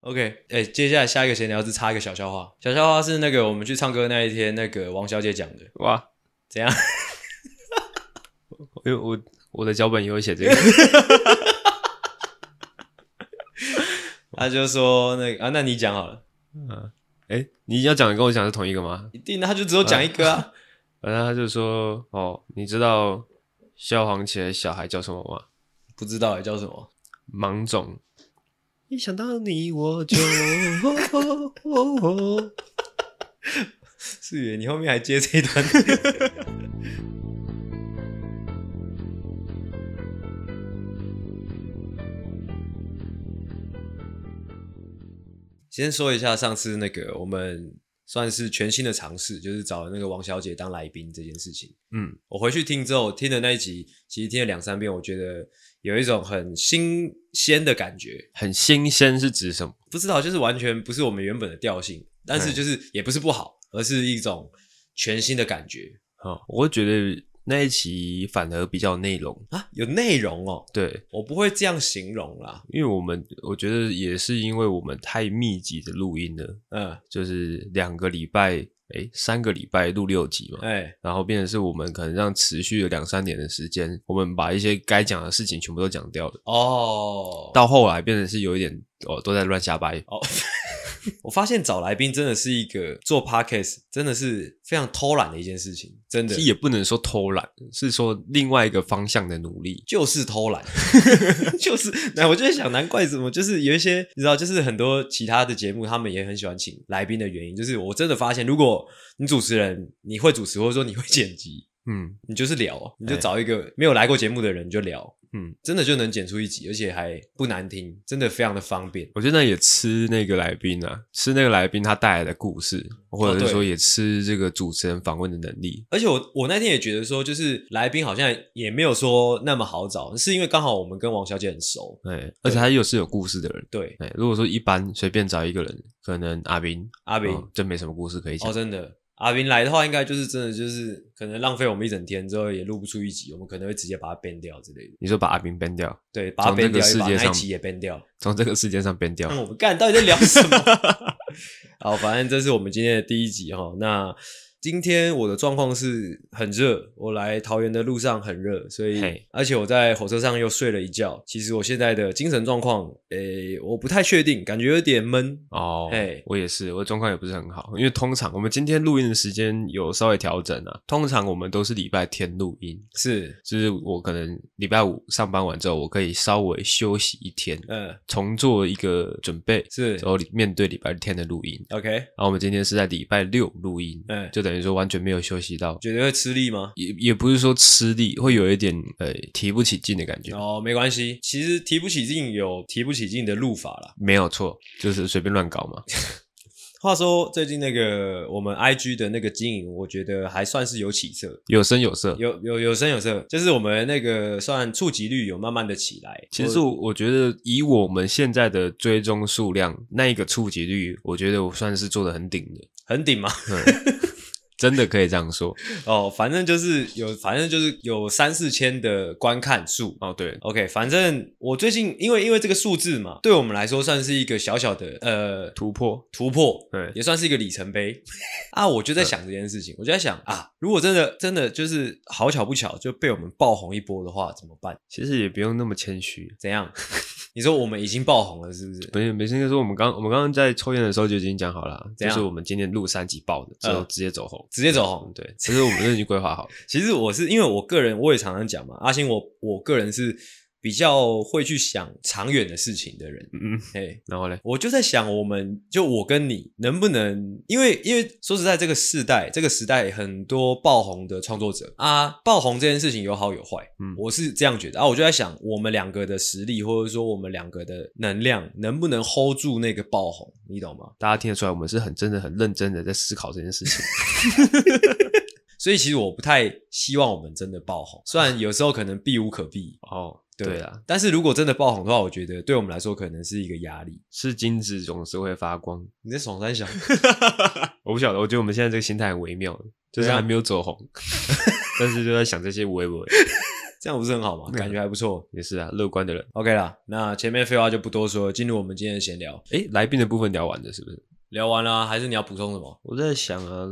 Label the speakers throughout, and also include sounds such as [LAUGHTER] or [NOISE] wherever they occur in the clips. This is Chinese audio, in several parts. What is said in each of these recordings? Speaker 1: OK，哎、接下来下一个闲聊是插一个小笑话。小笑话是那个我们去唱歌那一天，那个王小姐讲的。
Speaker 2: 哇，
Speaker 1: 怎样？
Speaker 2: 因为我我的脚本也有写这个， [LAUGHS]
Speaker 1: 她就说那个啊，那你讲好了，
Speaker 2: 嗯，哎，你要讲的跟我讲的是同一个吗？
Speaker 1: 一定的，她就只有讲一个啊。
Speaker 2: 然后他就说，哦，你知道萧煌奇的小孩叫什么吗？
Speaker 1: [LAUGHS] 不知道哎、叫什么？
Speaker 2: 芒种。一想到你我就，哦
Speaker 1: 是耶，你后面还接这一段。 [LAUGHS] 先说一下上次那个我们算是全新的尝试，就是找那个王小姐当来宾这件事情。
Speaker 2: 嗯，
Speaker 1: 我回去听之后，听的那一集其实听了两三遍，我觉得有一种很新鲜的感觉，
Speaker 2: 很新鲜是指什么？
Speaker 1: 不知道就是完全不是我们原本的调性，但是就是也不是不好，而是一种全新的感觉
Speaker 2: 哦，我会觉得那一期反而比较有内容，
Speaker 1: 啊，有内容哦，
Speaker 2: 对，
Speaker 1: 我不会这样形容啦，
Speaker 2: 因为我们我觉得也是因为我们太密集的录音了，
Speaker 1: 嗯，
Speaker 2: 就是两个礼拜，诶，三个礼拜录六集嘛，
Speaker 1: 哎、
Speaker 2: 然后变成是我们可能让持续了两三年的时间，我们把一些该讲的事情全部都讲掉了，
Speaker 1: 哦，
Speaker 2: 到后来变成是有一点哦都在乱瞎掰，
Speaker 1: 哦。我发现找来宾真的是一个做 podcast 真的是非常偷懒的一件事情，真的
Speaker 2: 其实也不能说偷懒，是说另外一个方向的努力。
Speaker 1: 就是偷懒， [LAUGHS] 就是那我就在想，难怪怎么就是有一些你知道，就是很多其他的节目，他们也很喜欢请来宾的原因，就是我真的发现，如果你主持人你会主持，或者说你会剪辑，
Speaker 2: 嗯
Speaker 1: 你就是聊，哦你就
Speaker 2: 哎
Speaker 1: 找一个没有来过节目的人就聊，
Speaker 2: 嗯，
Speaker 1: 真的就能剪出一集，而且还不难听，真的非常的方便。
Speaker 2: 我觉得也吃那个来宾啊，吃那个来宾他带来的故事，或
Speaker 1: 哦
Speaker 2: 者是
Speaker 1: 对
Speaker 2: 说也吃这个主持人访问的能力。
Speaker 1: 而且我我那天也觉得说，就是来宾好像也没有说那么好找，是因为刚好我们跟王小姐很熟，
Speaker 2: 哎，而且他又是有故事的人。
Speaker 1: 对，
Speaker 2: 哎，如果说一般随便找一个人，可能阿斌，
Speaker 1: 阿炳。
Speaker 2: 哦真没什么故事可以讲
Speaker 1: 哦，。真的，阿斌来的话，应该就是真的就是可能浪费我们一整天，之后也录不出一集，我们可能会直接把它编掉之类的。
Speaker 2: 你说把阿斌 ban 掉，
Speaker 1: 对，把它
Speaker 2: 从这
Speaker 1: 编
Speaker 2: 个
Speaker 1: 掉，也
Speaker 2: 世
Speaker 1: 把
Speaker 2: 界
Speaker 1: 那一
Speaker 2: 上
Speaker 1: 集也编掉。
Speaker 2: 从这个世界上 ban 掉
Speaker 1: 那。我们干到底在聊什
Speaker 2: [LAUGHS]
Speaker 1: 么？好，反正这是我们今天的第一集哈。那今天我的状况是很热，我来桃园的路上很热，所以
Speaker 2: 嘿
Speaker 1: 而且我在火车上又睡了一觉。其实我现在的精神状况，诶、我不太确定，感觉有点闷。
Speaker 2: 哦
Speaker 1: 哎，
Speaker 2: 我也是，我的状况也不是很好，因为通常我们今天录音的时间有稍微调整啊，通常我们都是礼拜天录音，
Speaker 1: 是，
Speaker 2: 就是我可能礼拜五上班完之后，我可以稍微休息一天，
Speaker 1: 嗯、
Speaker 2: 重做一个准备，
Speaker 1: 是
Speaker 2: 然后面对礼拜天的录音。
Speaker 1: ，OK，
Speaker 2: 然后我们今天是在礼拜六录音，
Speaker 1: 嗯
Speaker 2: 就等于说完全没有休息到，
Speaker 1: 觉得会吃力吗？
Speaker 2: 也也不是说吃力，会有一点呃提不起劲的感觉。
Speaker 1: 哦，没关系，其实提不起劲有提不起劲的录法啦。
Speaker 2: 没有错，就是随便乱搞嘛。
Speaker 1: 话说最近那个我们 IG 的那个经营，我觉得还算是有起色，
Speaker 2: 有声有色。
Speaker 1: 有有有声有色，就是我们那个算触及率有慢慢的起来。
Speaker 2: 其实我我觉得以我们现在的追踪数量，那一个触及率，我觉得我算是做的很顶的，
Speaker 1: 很顶嘛，
Speaker 2: 真的可以这样说。
Speaker 1: 哦，反正就是有，反正就是有三四千的观看数。
Speaker 2: [LAUGHS] 哦，对，
Speaker 1: OK，反正我最近因为因为这个数字嘛，对我们来说算是一个小小的呃
Speaker 2: 突破，
Speaker 1: 突破，
Speaker 2: 对
Speaker 1: 也算是一个里程碑啊！我就在想这件事情，我就在想啊，如果真的真的就是好巧不巧就被我们爆红一波的话，怎么办？
Speaker 2: 其实也不用那么谦虚。
Speaker 1: 怎样？ [LAUGHS] 你说我们已经爆红了，是不是？
Speaker 2: 不是，没事，应该说我们刚我们刚刚在抽烟的时候就已经讲好了啊，
Speaker 1: 怎
Speaker 2: 就
Speaker 1: 样
Speaker 2: 是我们今天录三集爆的，之后嗯直接走红。
Speaker 1: 直接走红。
Speaker 2: 对，其实我们都已经规划好了。
Speaker 1: 其实我是因为我个人，我也常常讲嘛，阿星我，我个人是比较会去想长远的事情的人。
Speaker 2: [LAUGHS] 嗯，嗯，
Speaker 1: 嘿，
Speaker 2: 然后嘞，
Speaker 1: 我就在想，我们就我跟你能不能，因为因为说实在，这个世代这个时代很多爆红的创作者啊，爆红这件事情有好有坏，
Speaker 2: 嗯
Speaker 1: 我是这样觉得啊。我就在想，我们两个的实力，或者说我们两个的能量，能不能 hold 住那个爆红，你懂吗？
Speaker 2: 大家听得出来，我们是很真的、很认真的在思考这件事情。
Speaker 1: 所以其实我不太希望我们真的爆红，虽然有时候可能避无可避，
Speaker 2: 哦，
Speaker 1: 对
Speaker 2: 对啊，，
Speaker 1: 但是如果真的爆红的话，我觉得对我们来说可能是一个压力。
Speaker 2: 是金子总是会发光。
Speaker 1: 你在爽三小， [LAUGHS]
Speaker 2: 我不晓得，我觉得我们现在这个心态很微妙，就是 [LAUGHS]
Speaker 1: 怎样
Speaker 2: 还没有走红，但是就在想这些微微。
Speaker 1: 这样不是很好吗？
Speaker 2: 对啊
Speaker 1: 感觉还不错。
Speaker 2: 也是啊，乐观的人。
Speaker 1: OK 啦，那前面废话就不多说了，进入我们今天的闲聊。
Speaker 2: 诶，来宾的部分聊完了是不是？
Speaker 1: 聊完啦，还是你要补充什么？
Speaker 2: 我在想啊，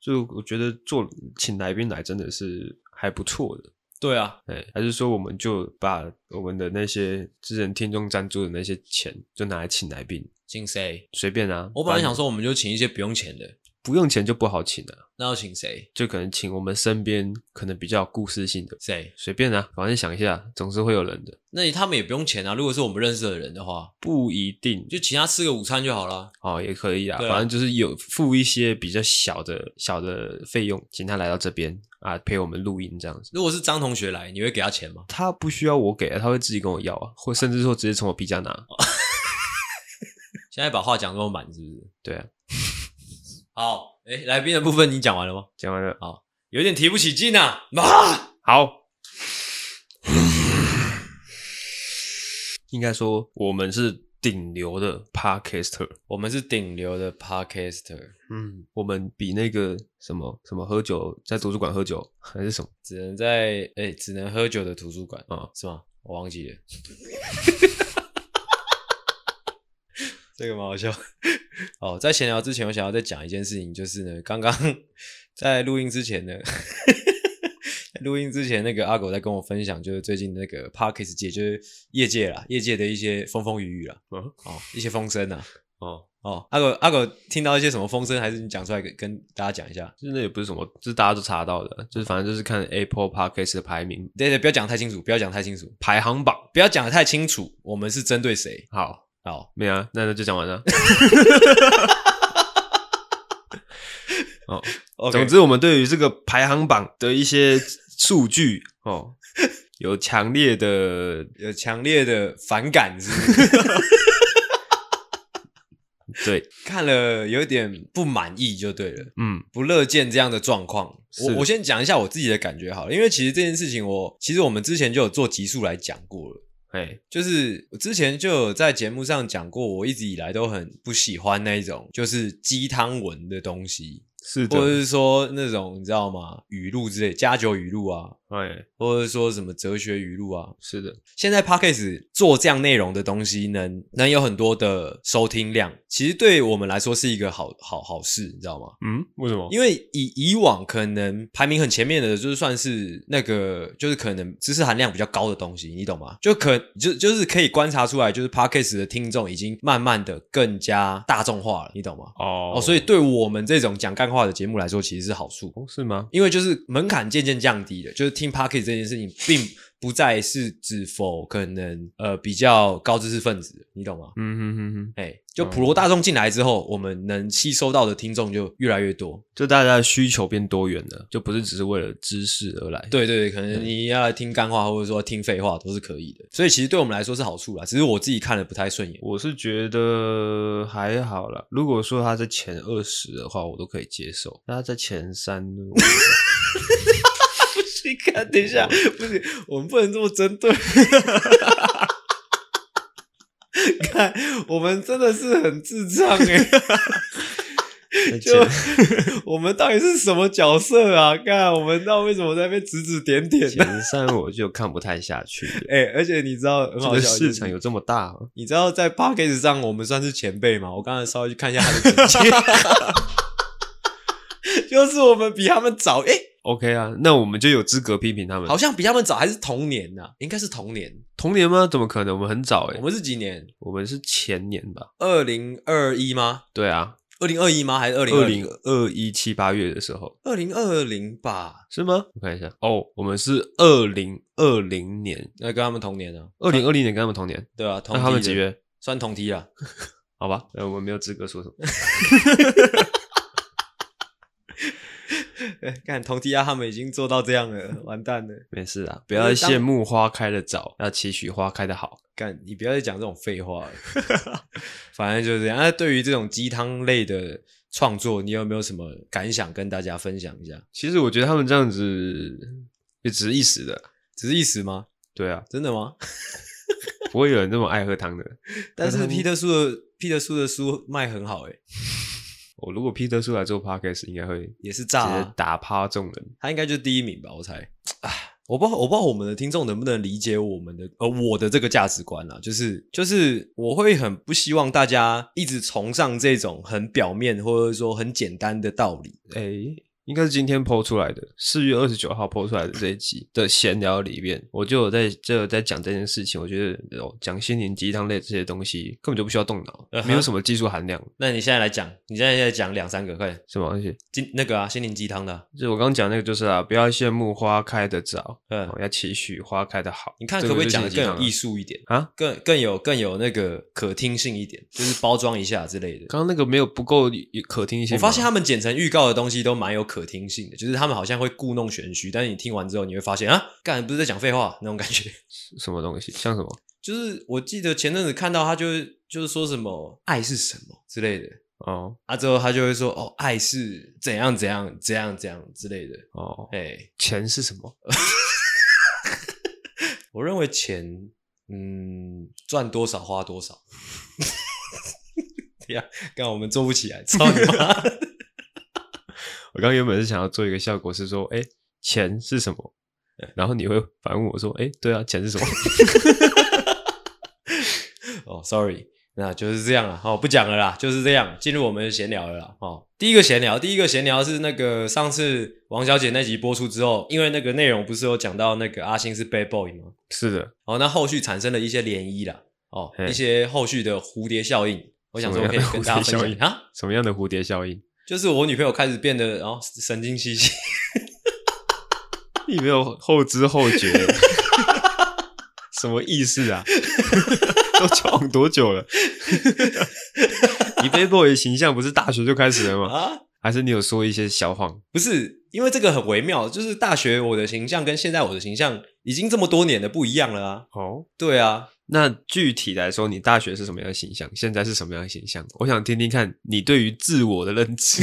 Speaker 2: 就我觉得做请来宾来真的是还不错的。
Speaker 1: 对啊，
Speaker 2: 哎，还是说我们就把我们的那些之前听众赞助的那些钱，就拿来请来宾，
Speaker 1: 请谁？
Speaker 2: 随便啊。
Speaker 1: 我本来
Speaker 2: 反
Speaker 1: 想
Speaker 2: 正
Speaker 1: 说，我们就请一些不用钱的，
Speaker 2: 不用钱就不好请了、啊
Speaker 1: 那要请谁？
Speaker 2: 就可能请我们身边可能比较有故事性的，
Speaker 1: 谁？
Speaker 2: 随便啊，反正想一下，总是会有人的，
Speaker 1: 那他们也不用钱啊。如果是我们认识的人的话，
Speaker 2: 不一定
Speaker 1: 就请他吃个午餐就好了。
Speaker 2: 哦也可以啊，
Speaker 1: 对啊
Speaker 2: 反正就是有付一些比较小的小的费用，请他来到这边啊陪我们录音这样子。
Speaker 1: 如果是张同学来，你会给他钱吗？
Speaker 2: 他不需要我给啊，他会自己跟我要啊，或甚至说直接从我皮夹拿。
Speaker 1: 哦现在把话讲这么满，是不是？
Speaker 2: 对啊，
Speaker 1: 好，哎，来宾的部分你讲完了吗？
Speaker 2: 讲完了，
Speaker 1: 有点提不起劲啊！啊，
Speaker 2: 好。应该说我们是顶流的 podcaster，
Speaker 1: 我们是顶流的 podcaster，
Speaker 2: 嗯，我们比那个什么什么喝酒在图书馆喝酒还是什么。
Speaker 1: 只能在哎只能喝酒的图书馆
Speaker 2: 嗯
Speaker 1: 是吗？我忘记了， [LAUGHS] 这个蛮好笑。哦，在闲聊之前，我想要再讲一件事情，就是呢，刚 [LAUGHS] 刚在录音之前呢， [LAUGHS] 在录音之前，那个阿狗在跟我分享，就是最近那个 Parkes 界，就是业界啦，业界的一些风风雨雨啦，
Speaker 2: 嗯
Speaker 1: 哦，一些风声啊。
Speaker 2: 哦，
Speaker 1: 哦，阿狗阿狗听到一些什么风声，还是你讲出来跟跟大家讲一下？
Speaker 2: 就是那也不是什么，就是大家都查到的，就是反正就是看 Apple Podcast 的排名
Speaker 1: 对对，不要讲得太清楚，不要讲得太清楚，
Speaker 2: 排行榜。
Speaker 1: 不要讲的太清楚，我们是针对谁？
Speaker 2: 好，
Speaker 1: 好，
Speaker 2: 没啊，那那就讲完 [LAUGHS] 了。哦
Speaker 1: o
Speaker 2: 总之我们对于这个排行榜的一些数据 [LAUGHS] 哦，有强烈的
Speaker 1: 有强烈的反感是不是
Speaker 2: 对，
Speaker 1: 看了有点不满意就对了，
Speaker 2: 嗯
Speaker 1: 不乐见这样的状况。
Speaker 2: 是
Speaker 1: 我我先讲一下我自己的感觉好了，因为其实这件事情我其实我们之前就有做集数来讲过了。
Speaker 2: 哎，
Speaker 1: 就是我之前就有在节目上讲过，我一直以来都很不喜欢那一种就是鸡汤文的东西，
Speaker 2: 是
Speaker 1: 或者
Speaker 2: 的，
Speaker 1: 是说那种你知道吗语录之类，加酒语录啊，
Speaker 2: 哎，
Speaker 1: 或者是说什么哲学语录啊，
Speaker 2: 是的，
Speaker 1: 现在 podcast 做这样内容的东西能，能有很多的收听量，其实对我们来说是一个好好好事，你知道吗？
Speaker 2: 嗯，为什么？
Speaker 1: 因为以以往可能排名很前面的，就是算是那个，就是可能知识含量比较高的东西，你懂吗？就可就就是可以观察出来，就是 podcast 的听众已经慢慢的更加大众化了，你懂吗？
Speaker 2: 哦
Speaker 1: 哦，所以对我们这种讲干话的节目来说，其实是好处。
Speaker 2: 哦是吗？
Speaker 1: 因为就是门槛渐渐降低了，就是听 p o c k e t 这件事情，并不再是只否可能呃比较高知识分子，你懂吗？
Speaker 2: 嗯哼哼哼，
Speaker 1: 哎、就普罗大众进来之后，我们能吸收到的听众就越来越多。
Speaker 2: 就大家的需求变多元了，就不是只是为了知识而来。
Speaker 1: 对对对，可能你要来听干话，或者说听废话都是可以的。所以其实对我们来说是好处啦，只是我自己看了不太顺眼。
Speaker 2: 我是觉得还好啦。如果说他在前二十的话，我都可以接受。那他在前三，我
Speaker 1: [LAUGHS] 你看，等一下，不行，我们不能这么针对。 [LAUGHS] 看，我们真的是很智障哎、
Speaker 2: 在前
Speaker 1: 就
Speaker 2: [LAUGHS]
Speaker 1: 我们到底是什么角色啊？看我们到底为什么在被指指点点呢？。
Speaker 2: 前三我就看不太下去了
Speaker 1: 哎、而且你知道很
Speaker 2: 这
Speaker 1: 好
Speaker 2: 个
Speaker 1: 笑，
Speaker 2: 市场有这么大哦、
Speaker 1: 你知道在 p o c k e t 上我们算是前辈吗？我刚才稍微去看一下他的简介，
Speaker 2: [LAUGHS]
Speaker 1: 就是我们比他们早，哎、
Speaker 2: OK 啊，那我们就有资格批评他们。
Speaker 1: 好像比他们早还是同年呐、应该是同年。
Speaker 2: 童年吗？怎么可能？我们很早诶、欸
Speaker 1: 我们是几年？
Speaker 2: 我们是前年吧？
Speaker 1: 二零二一吗？
Speaker 2: 对啊，
Speaker 1: 二零二一吗？还是二零
Speaker 2: 二零二一七八月的时候
Speaker 1: 二零二零吧？
Speaker 2: 是吗？我看一下哦，我们是二零二零年，
Speaker 1: 那跟他们同年啊，
Speaker 2: 二零二零年跟他们同年，
Speaker 1: 对啊，同
Speaker 2: 那
Speaker 1: 梯
Speaker 2: 他们
Speaker 1: 的
Speaker 2: 几？月？
Speaker 1: 算同梯 [LAUGHS] 啊。
Speaker 2: 好吧，呃，我们没有资格说什么。
Speaker 1: 哎看同梯啊，他们已经做到这样了，完蛋了。
Speaker 2: [LAUGHS] 没事啊，不要羡慕花开的早，要期许花开的好。
Speaker 1: 干，你不要再讲这种废话了。反正就是这样。那对于这种鸡汤类的创作，你有没有什么感想跟大家分享一下？
Speaker 2: 其实我觉得他们这样子也只是一时的，
Speaker 1: 只是一时吗？
Speaker 2: 对啊，
Speaker 1: 真的吗？
Speaker 2: 不会有人那么爱喝汤的。 [LAUGHS]
Speaker 1: 但
Speaker 2: 那
Speaker 1: 是
Speaker 2: 他们
Speaker 1: 皮特叔的皮特叔的书卖很好、欸，
Speaker 2: 我如果 Peter 出来做 podcast，应该会直
Speaker 1: 也是炸、
Speaker 2: 接
Speaker 1: 啊，
Speaker 2: 打趴众人。
Speaker 1: 他应该就是第一名吧，我猜。我不知道，我不知道我们的听众能不能理解我们的呃我的这个价值观啊，就是就是我会很不希望大家一直崇尚这种很表面或者说很简单的道理。
Speaker 2: 诶，应该是今天剖出来的，四月二十九号剖出来的这一集的闲聊里面，我就有在就有在讲这件事情。我觉得哦，讲心灵鸡汤类这些东西根本就不需要动脑
Speaker 1: 嗯哼
Speaker 2: 没有什么技术含量，
Speaker 1: 那你现在来讲，你现在来讲两三个，快点，
Speaker 2: 什么东西。
Speaker 1: 今那个啊，心灵鸡汤的啊、
Speaker 2: 就是我刚刚讲那个，就是啊，不要羡慕花开的早，哦
Speaker 1: 嗯，
Speaker 2: 要期许花开的好。
Speaker 1: 你看
Speaker 2: 这
Speaker 1: 可不
Speaker 2: 个
Speaker 1: 可以
Speaker 2: 就是
Speaker 1: 讲的
Speaker 2: 心
Speaker 1: 更
Speaker 2: 灵鸡
Speaker 1: 有
Speaker 2: 汤
Speaker 1: 艺术一点
Speaker 2: 啊？
Speaker 1: 更更有更有那个可听性一点，就是包装一下之类的。
Speaker 2: 刚刚那个没有不够可听性
Speaker 1: 我
Speaker 2: 吗。
Speaker 1: 发现他们剪成预告的东西都蛮有可听性的，就是他们好像会故弄玄虚，但是你听完之后你会发现啊，干不是在讲废话那种感觉。 [LAUGHS]
Speaker 2: 什么东西，像什么
Speaker 1: 就是我记得前阵子看到他就是就是说什么爱是什么之类的，
Speaker 2: 哦
Speaker 1: 啊之后他就会说哦爱是怎样怎样怎样怎样之类的，
Speaker 2: 哦，
Speaker 1: 哎、
Speaker 2: 钱是什么？
Speaker 1: 我认为钱，嗯，赚多少花多少。 [LAUGHS] 对呀，刚我们做不起来，操你妈！ [LAUGHS]
Speaker 2: 我刚刚原本是想要做一个效果，是说，哎，钱是什么？然后你会反问我说，哎，对啊，钱是什么？ [LAUGHS]
Speaker 1: 哦，sorry，那就是这样了，哦，不讲了啦，就是这样，进入我们的闲聊了啦，哦，第一个闲聊，第一个闲聊是那个上次王小姐那集播出之后，因为那个内容不是有讲到那个阿星是 bad boy 吗？
Speaker 2: 是的，
Speaker 1: 哦，那后续产生了一些涟漪啦，哦，
Speaker 2: 嘿
Speaker 1: 一些后续的蝴蝶效应，我想说可以
Speaker 2: 什么样的
Speaker 1: 跟大家分
Speaker 2: 蝴
Speaker 1: 享
Speaker 2: 蝶
Speaker 1: 一
Speaker 2: 效
Speaker 1: 下啊，
Speaker 2: 什么样的蝴蝶效应？
Speaker 1: 就是我女朋友开始变得然后、神经兮 [LAUGHS] 兮。
Speaker 2: 你没有后知后觉， [LAUGHS] 什么意思啊？ [LAUGHS] 都交往多久了？你 b a boy 的形象不是大学就开始了吗？
Speaker 1: 啊，
Speaker 2: 还是你有说一些小谎？
Speaker 1: 不是，因为这个很微妙，就是大学我的形象跟现在我的形象已经这么多年的不一样了啊。
Speaker 2: 哦，
Speaker 1: 对啊，
Speaker 2: 那具体来说，你大学是什么样的形象？现在是什么样的形象？我想听听看你对于自我的认知。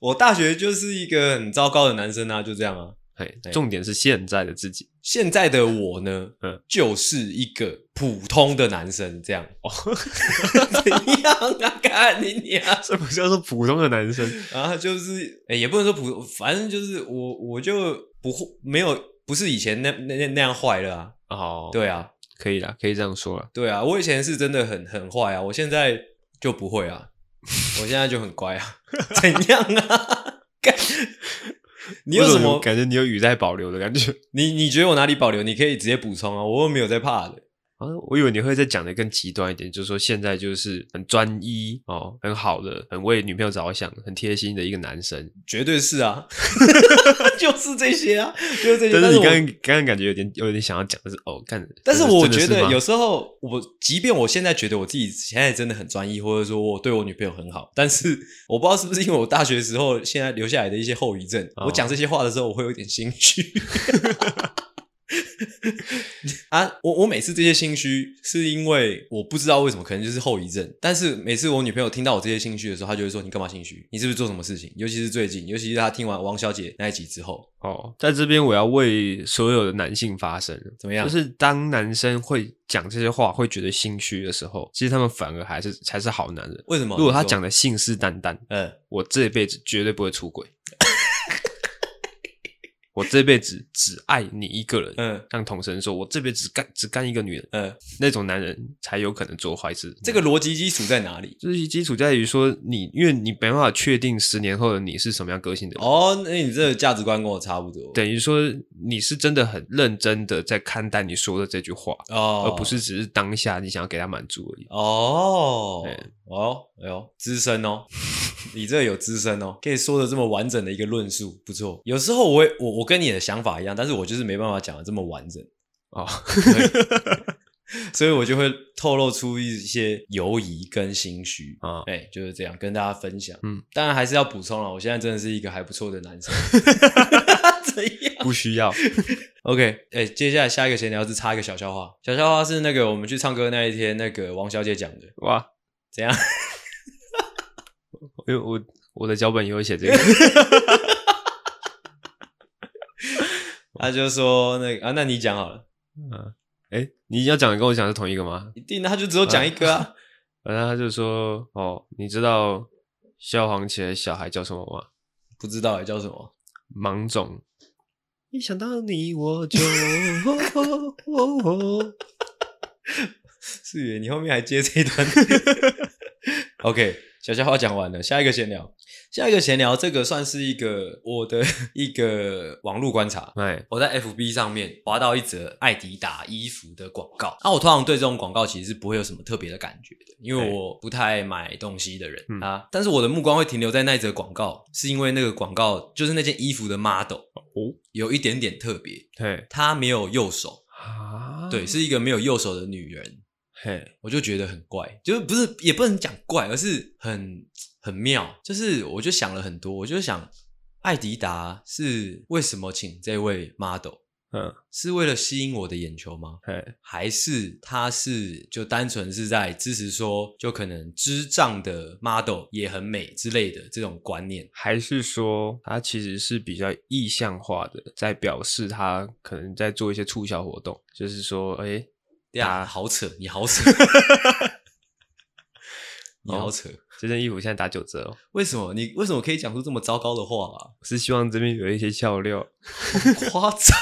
Speaker 1: 我大学就是一个很糟糕的男生啊，就这样啊。
Speaker 2: 哎
Speaker 1: 对，
Speaker 2: 重点是现在的自己。
Speaker 1: 现在的我呢，
Speaker 2: 嗯
Speaker 1: 就是一个普通的男生，这样。哦， [LAUGHS] 怎样啊？看你你 [LAUGHS] 啊，
Speaker 2: 什么叫做普通的男生？
Speaker 1: 然后就是、诶也不能说普，反正就是我我就不会没有不是以前那那那那样坏了啊。
Speaker 2: 哦，，
Speaker 1: 对啊，
Speaker 2: 可以啦，可以这样说啦。
Speaker 1: 对啊，我以前是真的很很坏啊，我现在就不会啊，我现在就很乖啊，怎样啊？干你有
Speaker 2: 为
Speaker 1: 什
Speaker 2: 么
Speaker 1: 么？
Speaker 2: 感觉？你有语带保留的感觉
Speaker 1: 你你觉得我哪里保留？你可以直接补充啊，我又没有在怕的。
Speaker 2: 啊？我以为你会再讲的更极端一点，就是说现在就是很专一哦，很好的，很为女朋友着想，很贴心的一个男生。
Speaker 1: 绝对是啊， [LAUGHS] 就是这些啊，就是这些。
Speaker 2: 但
Speaker 1: 但
Speaker 2: 是你
Speaker 1: 我
Speaker 2: 刚刚刚刚感觉有点有点想要讲的是哦，干。
Speaker 1: 但是
Speaker 2: 真的
Speaker 1: 我
Speaker 2: 真的
Speaker 1: 觉
Speaker 2: 是
Speaker 1: 得
Speaker 2: 吗
Speaker 1: 有时候我，即便我现在觉得我自己现在真的很专一，或者说我对我女朋友很好，但是我不知道是不是因为我大学时候现在留下来的一些后遗症，
Speaker 2: 哦
Speaker 1: 我讲这些话的时候我会有点心
Speaker 2: [LAUGHS]
Speaker 1: 虚。啊，我我每次这些心虚是因为我不知道为什么，可能就是后遗症。但是每次我女朋友听到我这些心虚的时候，她就会说：“你干嘛心虚？你是不是做什么事情？”尤其是最近，尤其是她听完王小姐那一集之后，
Speaker 2: 哦，在这边我要为所有的男性发声，
Speaker 1: 怎么样
Speaker 2: 就是当男生会讲这些话，会觉得心虚的时候，其实他们反而还是才是好男人。
Speaker 1: 为什么？
Speaker 2: 如果他
Speaker 1: 哦你说
Speaker 2: 讲，的信誓旦旦，
Speaker 1: 嗯，
Speaker 2: 我这辈子绝对不会出轨，我这辈子只爱你一个人，
Speaker 1: 嗯
Speaker 2: 像童生说，我这辈子只干只干一个女人，
Speaker 1: 嗯，
Speaker 2: 那种男人才有可能做坏事。
Speaker 1: 这个逻辑基础在哪里？
Speaker 2: 就是基础在于说你，因为你没办法确定十年后的你是什么样个性的人。
Speaker 1: 哦，那你这个价值观跟我差不多。
Speaker 2: 等于说你是真的很认真的在看待你说的这句话，
Speaker 1: 哦，
Speaker 2: 而不是只是当下你想要给他满足而已。
Speaker 1: 哦
Speaker 2: 对
Speaker 1: 哦，哎呦，资深
Speaker 2: [LAUGHS]
Speaker 1: 哦，你这有资深哦，可以说的这么完整的一个论述，不错。有时候我也我我跟你的想法一样，但是我就是没办法讲的这么完整，
Speaker 2: 哦， [LAUGHS]
Speaker 1: 所以我就会透露出一些犹疑跟心虚
Speaker 2: 啊
Speaker 1: 哎、就是这样跟大家分享。
Speaker 2: 嗯，
Speaker 1: 当然还是要补充了，我现在真的是一个还不错的男
Speaker 2: [LAUGHS]
Speaker 1: 生。 [LAUGHS] 怎样？
Speaker 2: 不需要
Speaker 1: OK，哎、接下来下一个闲聊是插一个小笑话。小笑话是那个我们去唱歌那一天，那个王小姐讲的。
Speaker 2: 哇，
Speaker 1: 怎样？
Speaker 2: [LAUGHS] 因为我我的脚本也有写这个，
Speaker 1: 她就说那个啊，那你讲好了，
Speaker 2: 嗯，哎，你要讲的跟我讲的是同一个吗？
Speaker 1: 一定的，她就只有讲一个 [LAUGHS] 啊。
Speaker 2: 然后他就说，哦，你知道萧煌奇的小孩叫什么吗？
Speaker 1: 欸不知道哎、叫什么？
Speaker 2: 芒种，一想到你我 [LAUGHS] 就哦哦哦
Speaker 1: 是耶，你后面还接这一段。OK，小笑话讲完了，下一个闲聊。下一个闲聊，这个算是一个我的 [LAUGHS] 一个网络观察。
Speaker 2: 哎，
Speaker 1: 我在 FB 上面滑到一则艾迪达衣服的广告，啊，我通常对这种广告其实是不会有什么特别的感觉的，因为
Speaker 2: 对
Speaker 1: 我不太买东西的人、
Speaker 2: 嗯
Speaker 1: 啊。但是我的目光会停留在那一则广告，是因为那个广告就是那件衣服的 model
Speaker 2: 哦，
Speaker 1: 有一点点特别，
Speaker 2: 嘿
Speaker 1: 她没有右手，
Speaker 2: 啊，
Speaker 1: 对，是一个没有右手的女人，
Speaker 2: 嘿，
Speaker 1: 我就觉得很怪，就是不是也不能讲怪，而是很很妙。就是我就想了很多，我就想，艾迪达是为什么请这位 model？
Speaker 2: 嗯，
Speaker 1: 是为了吸引我的眼球吗？
Speaker 2: 嘿，
Speaker 1: 还是他是就单纯是在支持说，就可能智障的 model 也很美之类的这种观念？
Speaker 2: 还是说它其实是比较意象化的，在表示它可能在做一些促销活动，就是说，哎，
Speaker 1: 对啊，
Speaker 2: 啊
Speaker 1: 好扯，你好扯，你好扯，
Speaker 2: 这件衣服现在打九折哦，
Speaker 1: 为什么你为什么可以讲出这么糟糕的话啊？
Speaker 2: 我是希望这边有一些笑料，
Speaker 1: 夸张。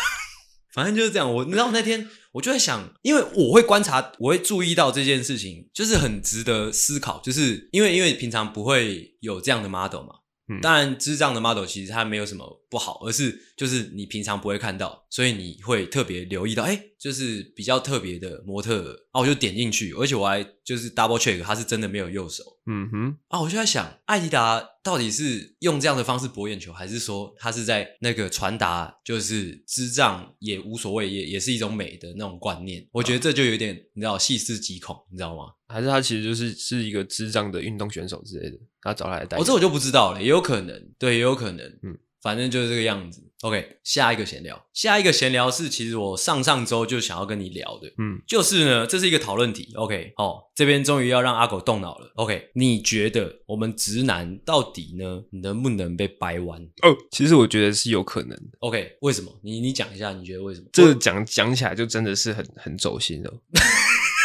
Speaker 1: 反正就是这样，我你知道那天我就在想，因为我会观察，我会注意到这件事情，就是很值得思考，就是因为因为平常不会有这样的 model 嘛。
Speaker 2: 嗯
Speaker 1: 当然，智障的 model 其实它没有什么不好，而是就是你平常不会看到，所以你会特别留意到，哎、就是比较特别的模特儿啊，我就点进去，而且我还就是 double check，他是真的没有右手，
Speaker 2: 嗯哼，
Speaker 1: 啊，我就在想，艾迪达到底是用这样的方式博眼球，还是说他是在那个传达就是智障也无所谓，也也是一种美的那种观念？我觉得这就有点你知道细思极恐，你知道吗？
Speaker 2: 还是它其实就是是一个智障的运动选手之类的，他找他来代
Speaker 1: 哦，
Speaker 2: 言
Speaker 1: 这我就不知道了，也有可能，对，也有可能，嗯
Speaker 2: 嗯，
Speaker 1: 反正就是这个样子。OK，下一个闲聊，下一个闲聊是其实我上上周就想要跟你聊的，
Speaker 2: 嗯，
Speaker 1: 就是呢，这是一个讨论题。OK，哦，这边终于要让阿狗动脑了。OK，你觉得我们直男到底呢，能不能被掰弯？
Speaker 2: 哦，其实我觉得是有可能的，
Speaker 1: OK，为什么？你你讲一下，你觉得为什么？
Speaker 2: 这
Speaker 1: 我
Speaker 2: 个讲讲起来就真的是很很走心了。
Speaker 1: [LAUGHS]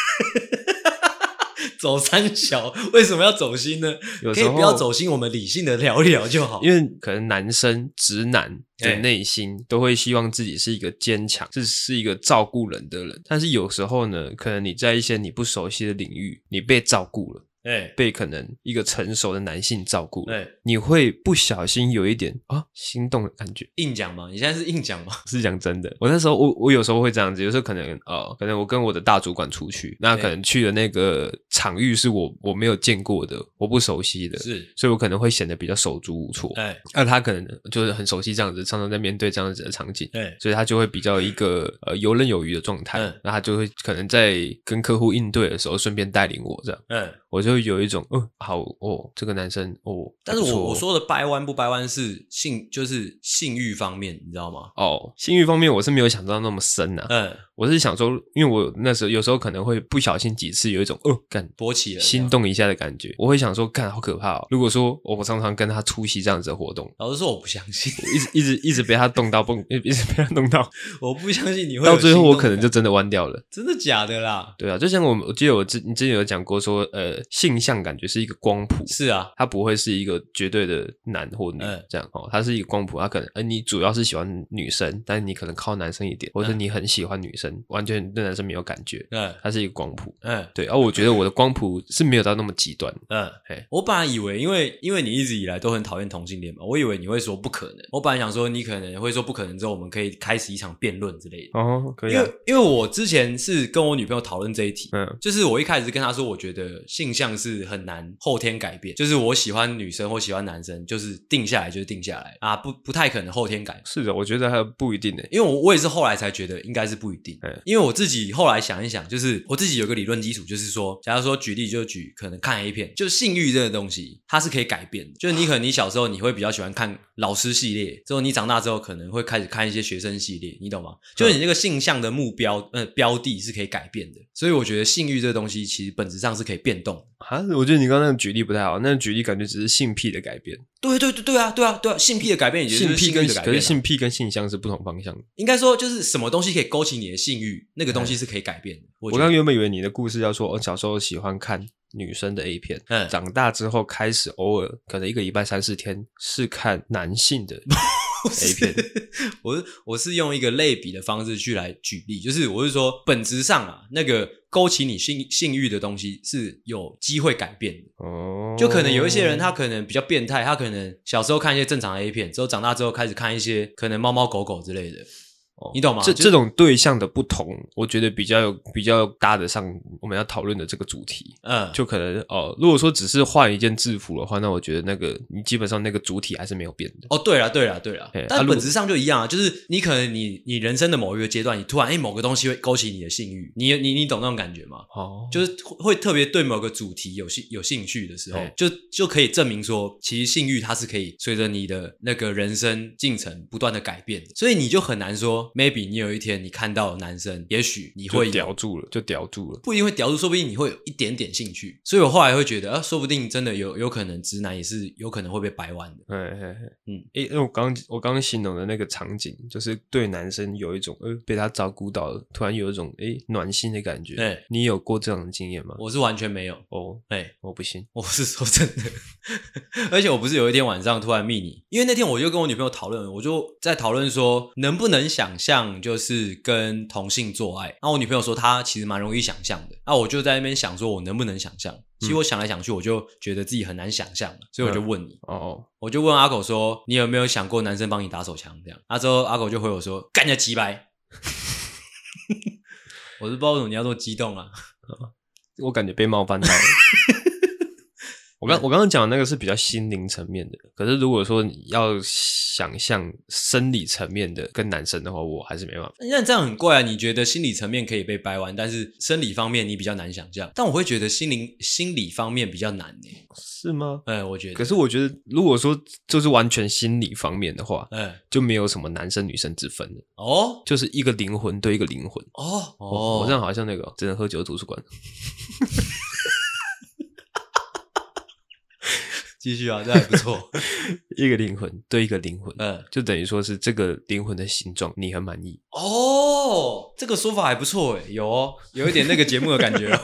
Speaker 1: 走三小为什么要走心呢？
Speaker 2: 有
Speaker 1: 可
Speaker 2: 时
Speaker 1: 以
Speaker 2: 候
Speaker 1: 不要走心，我们理性的聊一聊就好。
Speaker 2: 因为可能男生直男
Speaker 1: 哎
Speaker 2: 的内心都会希望自己是一个坚强，是是一个照顾人的人。但是有时候呢，可能你在一些你不熟悉的领域，你被照顾了，
Speaker 1: 哎
Speaker 2: 被可能一个成熟的男性照顾了，
Speaker 1: 哎，
Speaker 2: 你会不小心有一点啊心动的感觉。
Speaker 1: 硬讲嘛，你现在是硬讲嘛？
Speaker 2: 是讲真的，我那时候我我有时候会这样子，有时候可能呃，可能我跟我的大主管出去，那
Speaker 1: 对
Speaker 2: 可能去的那个场域是我我没有见过的，我不熟悉的，
Speaker 1: 是，
Speaker 2: 所以我可能会显得比较手足无措。
Speaker 1: 哎
Speaker 2: 那、他可能就是很熟悉这样子，常常在面对这样子的场景，
Speaker 1: 哎
Speaker 2: 所以他就会比较一个呃游刃有余的状态。
Speaker 1: 嗯
Speaker 2: 那他就会可能在跟客户应对的时候，顺便带领我这样，
Speaker 1: 哎，
Speaker 2: 我就有一种哦，好哦，这个男生哦，
Speaker 1: 但是
Speaker 2: 还不错
Speaker 1: 我
Speaker 2: 哦
Speaker 1: 我说的掰弯不掰弯是性，就是性欲方面，你知道吗？
Speaker 2: 哦，性欲方面我是没有想到那么深啊，
Speaker 1: 嗯，
Speaker 2: 我是想说，因为我那时候有时候可能会不小心几次有一种哦，干
Speaker 1: 勃起了，
Speaker 2: 心。动一下的感觉，我会想说，干好可怕哦。如果说我常常跟他出席这样子的活动。
Speaker 1: 老实说，我不相信， [LAUGHS]
Speaker 2: 一直一直一直被他动到蹦， [LAUGHS] 一直被他动到，
Speaker 1: 我不相信你 [LAUGHS] 会有
Speaker 2: 到最后
Speaker 1: 心动
Speaker 2: 我可能
Speaker 1: 感
Speaker 2: 就真的弯掉了。
Speaker 1: 真的假的啦？
Speaker 2: 对啊，就像我们，我记得我之你之前有讲过说，呃，性向感觉是一个光谱，
Speaker 1: 是啊，
Speaker 2: 它不会是一个绝对的男或女、
Speaker 1: 嗯
Speaker 2: 这样哦，它是一个光谱，它可能，呃，你主要是喜欢女生，但你可能靠男生一点，或者
Speaker 1: 嗯
Speaker 2: 你很喜欢女生，完全对男生没有感觉，
Speaker 1: 嗯
Speaker 2: 它是一个光谱。
Speaker 1: 嗯
Speaker 2: 对，而、我觉得我的光谱是没有到那么极端。
Speaker 1: 嗯
Speaker 2: 嘿，
Speaker 1: 我本来以为，因为因为你一直以来都很讨厌同性恋嘛，我以为你会说不可能。我本来想说你可能会说不可能之后，我们可以开始一场辩论之类的。
Speaker 2: 哦，可
Speaker 1: 因为因为我之前是跟我女朋友讨论这一题，
Speaker 2: 嗯
Speaker 1: 就是我一开始跟她说，我觉得性向是很难后天改变，就是我喜欢女生或喜欢男生，就是定下来就是定下来啊，不不太可能后天改。
Speaker 2: 是的，我觉得还不一定呢。
Speaker 1: 因为我我也是后来才觉得应该是不一定
Speaker 2: 嗯，
Speaker 1: 因为我自己后来想一想，就是我自己有个理论基础，就是说，假如说举例就举可能看 A 片，就是性欲这个东西，它是可以改变的。就是你可能你小时候你会比较喜欢看老师系列，之后你长大之后可能会开始看一些学生系列，你懂吗？就是你
Speaker 2: 嗯
Speaker 1: 这个性向的目标呃标的是可以改变的，所以我觉得性欲这个东西其实本质上是可以变动的。
Speaker 2: 啊，我觉得你刚刚那个举例不太好，那个举例感觉只是性癖的改变，
Speaker 1: 对对对对啊对啊对啊，性癖的改变也就是
Speaker 2: 癖
Speaker 1: 性
Speaker 2: 跟
Speaker 1: 欲的改
Speaker 2: 可
Speaker 1: 变、啊。
Speaker 2: 是性癖跟性向是不同方向的。
Speaker 1: 应该说就是什么东西可以
Speaker 2: 嗯
Speaker 1: 勾起你的性欲，那个东西是可以改变的。我
Speaker 2: 我
Speaker 1: 觉得
Speaker 2: 刚哦刚原本以为你的故事要说，我、小时候喜欢看女生的 A 片，
Speaker 1: 嗯
Speaker 2: 长大之后开始偶尔可能一个礼拜三四天是看男性 [LAUGHS] 的 A 片，
Speaker 1: 我是我是用一个类比的方式去来举例，就是我是说本质上啊，那个勾起你性性欲的东西是有机会改变的。
Speaker 2: [LAUGHS] 哦，
Speaker 1: 就可能有一些人，他可能比较变态，他可能小时候看一些正常的 A 片，之后长大之后开始看一些可能猫猫狗狗之类的，
Speaker 2: 哦
Speaker 1: 你懂吗？
Speaker 2: 这
Speaker 1: 就
Speaker 2: 这种对象的不同，我觉得比较有比较搭得上我们要讨论的这个主题。
Speaker 1: 嗯，
Speaker 2: 就可能哦，如果说只是换一件制服的话，那我觉得那个你基本上那个主体还是没有变的。
Speaker 1: 哦，对了，对了，对了
Speaker 2: 哎，啊
Speaker 1: 但
Speaker 2: 如果
Speaker 1: 本质上就一样啊，就是你可能你你人生的某一个阶段，你突然哎某个东西会勾起你的性欲，你你你懂那种感觉吗？
Speaker 2: 哦就
Speaker 1: 就是会会特别对某个主题有兴有兴趣的时候
Speaker 2: 哎，
Speaker 1: 就就可以证明说，其实性欲它是可以随着你的那个人生进程不断的改变，所以你就很难说，maybe 你有一天你看到男生，也许你会
Speaker 2: 就
Speaker 1: 有
Speaker 2: 叼住了，就叼住了。
Speaker 1: 不一定会屌住，说不定你会有一点点兴趣。所以我后来会觉得，啊，说不定真的有有可能直男也是有可能会被掰弯的。
Speaker 2: 哎哎哎，
Speaker 1: 嗯
Speaker 2: 嗯，诶，因为我刚我刚刚形容的那个场景，就是对男生有一种呃被他照顾到了，突然有一种诶暖心的感觉。
Speaker 1: 对
Speaker 2: 你有过这样的经验吗？
Speaker 1: 我是完全没有，
Speaker 2: 哦，
Speaker 1: 哎、
Speaker 2: 我不信。
Speaker 1: 我是说真的， [LAUGHS] 而且我不是有一天晚上突然密你，因为那天我就跟我女朋友讨论，我就在讨论说能不能想象就是跟同性做爱。那我女朋友说她其实蛮容易想象的，那我就在那边想说我能不能想象。其实我想来想去，我就觉得自己很难想象了，所以我就问你，
Speaker 2: 哦哦，
Speaker 1: 我就问阿狗说：“你有没有想过男生帮你打手枪？”这样，啊之后阿狗就回我说：“干你鸡掰！” [LAUGHS] 我是不知道为什么你要这么激动啊！
Speaker 2: 我感觉被冒犯 [LAUGHS] 到了。我刚我刚刚讲的那个是比较心灵层面的，可是如果说你要想象生理层面的跟男生的话，我还是没办法。
Speaker 1: 那这样很怪啊！你觉得心理层面可以被掰弯，但是生理方面你比较难想象。但我会觉得心灵心理方面比较难呢、
Speaker 2: 是吗？
Speaker 1: 哎、我觉得。
Speaker 2: 可是我觉得，如果说就是完全心理方面的话，
Speaker 1: 嗯，
Speaker 2: 就没有什么男生女生之分了，
Speaker 1: 哦
Speaker 2: 就是一个灵魂对一个灵魂。
Speaker 1: 哦
Speaker 2: 哦，
Speaker 1: 哦
Speaker 2: 我这样好像那个只能喝酒的图书 [LAUGHS] 馆。
Speaker 1: 继续啊，这还不错。
Speaker 2: 一个灵魂对一个灵魂，
Speaker 1: 嗯，
Speaker 2: 就等于说是这个灵魂的形状，你很满意。
Speaker 1: 哦，这个说法还不错哎，有哦，有一点那个节目的感觉哦。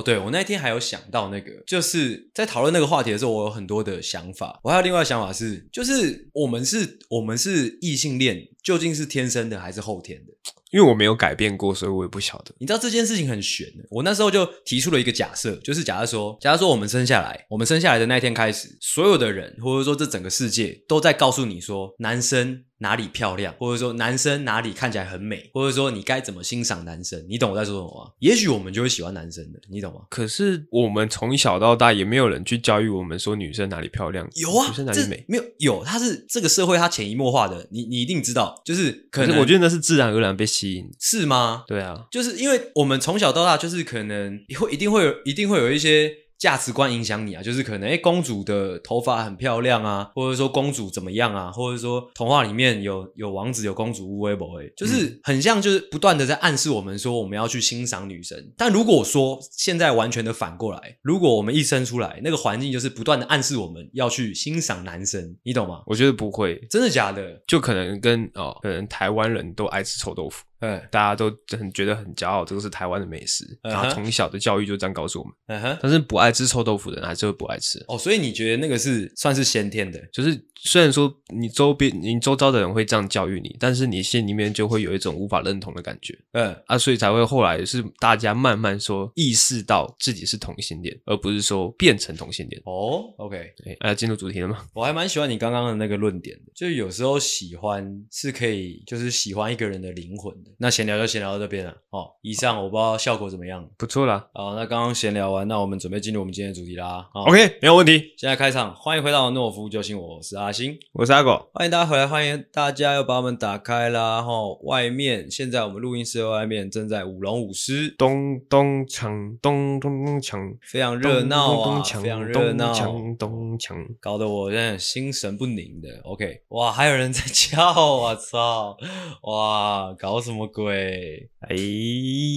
Speaker 1: [LAUGHS] 哦，对，我那天还有想到那个，就是在讨论那个话题的时候，我有很多的想法。我还有另外的想法是，就是我们是，我们是异性恋，究竟是天生的还是后天的？
Speaker 2: 因为我没有改变过，所以我也不晓得。
Speaker 1: 你知道这件事情很悬的。我那时候就提出了一个假设，就是假设说，假设说我们生下来，我们生下来的那一天开始，所有的人或者说这整个世界都在告诉你说，男生哪里漂亮，或者说男生哪里看起来很美，或者说你该怎么欣赏男生。你懂我在说什么吗？也许我们就会喜欢男生的，你懂吗？
Speaker 2: 可是我们从小到大也没有人去教育我们说女生哪里漂亮，
Speaker 1: 有啊，
Speaker 2: 女生哪
Speaker 1: 这
Speaker 2: 里美。
Speaker 1: 没有有，它是这个社会它潜移默化的，你你一定知道，就是可
Speaker 2: 可
Speaker 1: 能
Speaker 2: 是我觉得那是自然而然被吸引。
Speaker 1: 是吗？
Speaker 2: 对啊，
Speaker 1: 就是因为我们从小到大，就是可能会一定会有一定会有一些价值观影响你啊，就是可能哎、诶公主的头发很漂亮啊，或者说公主怎么样啊，或者说童话里面有有王子有公主乌龟博哎，就是很像就是不断的在暗示我们说我们要去欣赏女生。但如果说现在完全的反过来，如果我们一生出来，那个环境就是不断的暗示我们要去欣赏男生，你懂吗？
Speaker 2: 我觉得不会，
Speaker 1: 真的假的？
Speaker 2: 就可能跟哦，可能台湾人都爱吃臭豆腐，
Speaker 1: 嗯
Speaker 2: 大家都很觉得很骄傲，这个是台湾的美食。
Speaker 1: 嗯哼
Speaker 2: 然后从小的教育就这样告诉我们，
Speaker 1: 嗯哼，
Speaker 2: 但是不爱吃臭豆腐的人还是会不爱吃。
Speaker 1: 哦，所以你觉得那个是算是先天的？
Speaker 2: 就是虽然说你周边、你周遭的人会这样教育你，但是你心里面就会有一种无法认同的感觉。
Speaker 1: 嗯。
Speaker 2: 啊，所以才会后来是大家慢慢说意识到自己是同性恋，而不是说变成同性恋。
Speaker 1: 哦、o k
Speaker 2: 对，啊，进入主题了吗？
Speaker 1: 我还蛮喜欢你刚刚的那个论点的，就是有时候喜欢是可以，就是喜欢一个人的灵魂的。那闲聊就闲聊到这边了哦。以上我不知道效果怎么样。
Speaker 2: 不错啦、
Speaker 1: 好，那刚刚闲聊完，那我们准备进入我们今天的主题啦。哦
Speaker 2: o k 没有问题。
Speaker 1: 现在开场，欢迎回到诺夫救星，我是阿星，
Speaker 2: 我是阿狗，
Speaker 1: 欢迎大家回来，欢迎大家又把我们打开啦。哈、外面现在我们录音室的外面正在舞龙舞狮，
Speaker 2: 咚咚锵，咚咚咚锵，
Speaker 1: 非常热闹啊，
Speaker 2: 咚咚锵，
Speaker 1: 非常热闹。
Speaker 2: 咚锵咚锵。
Speaker 1: 搞得我真的心神不宁的。OK，哇，还有人在叫， [LAUGHS] 我操，哇，搞什么鬼？
Speaker 2: 哎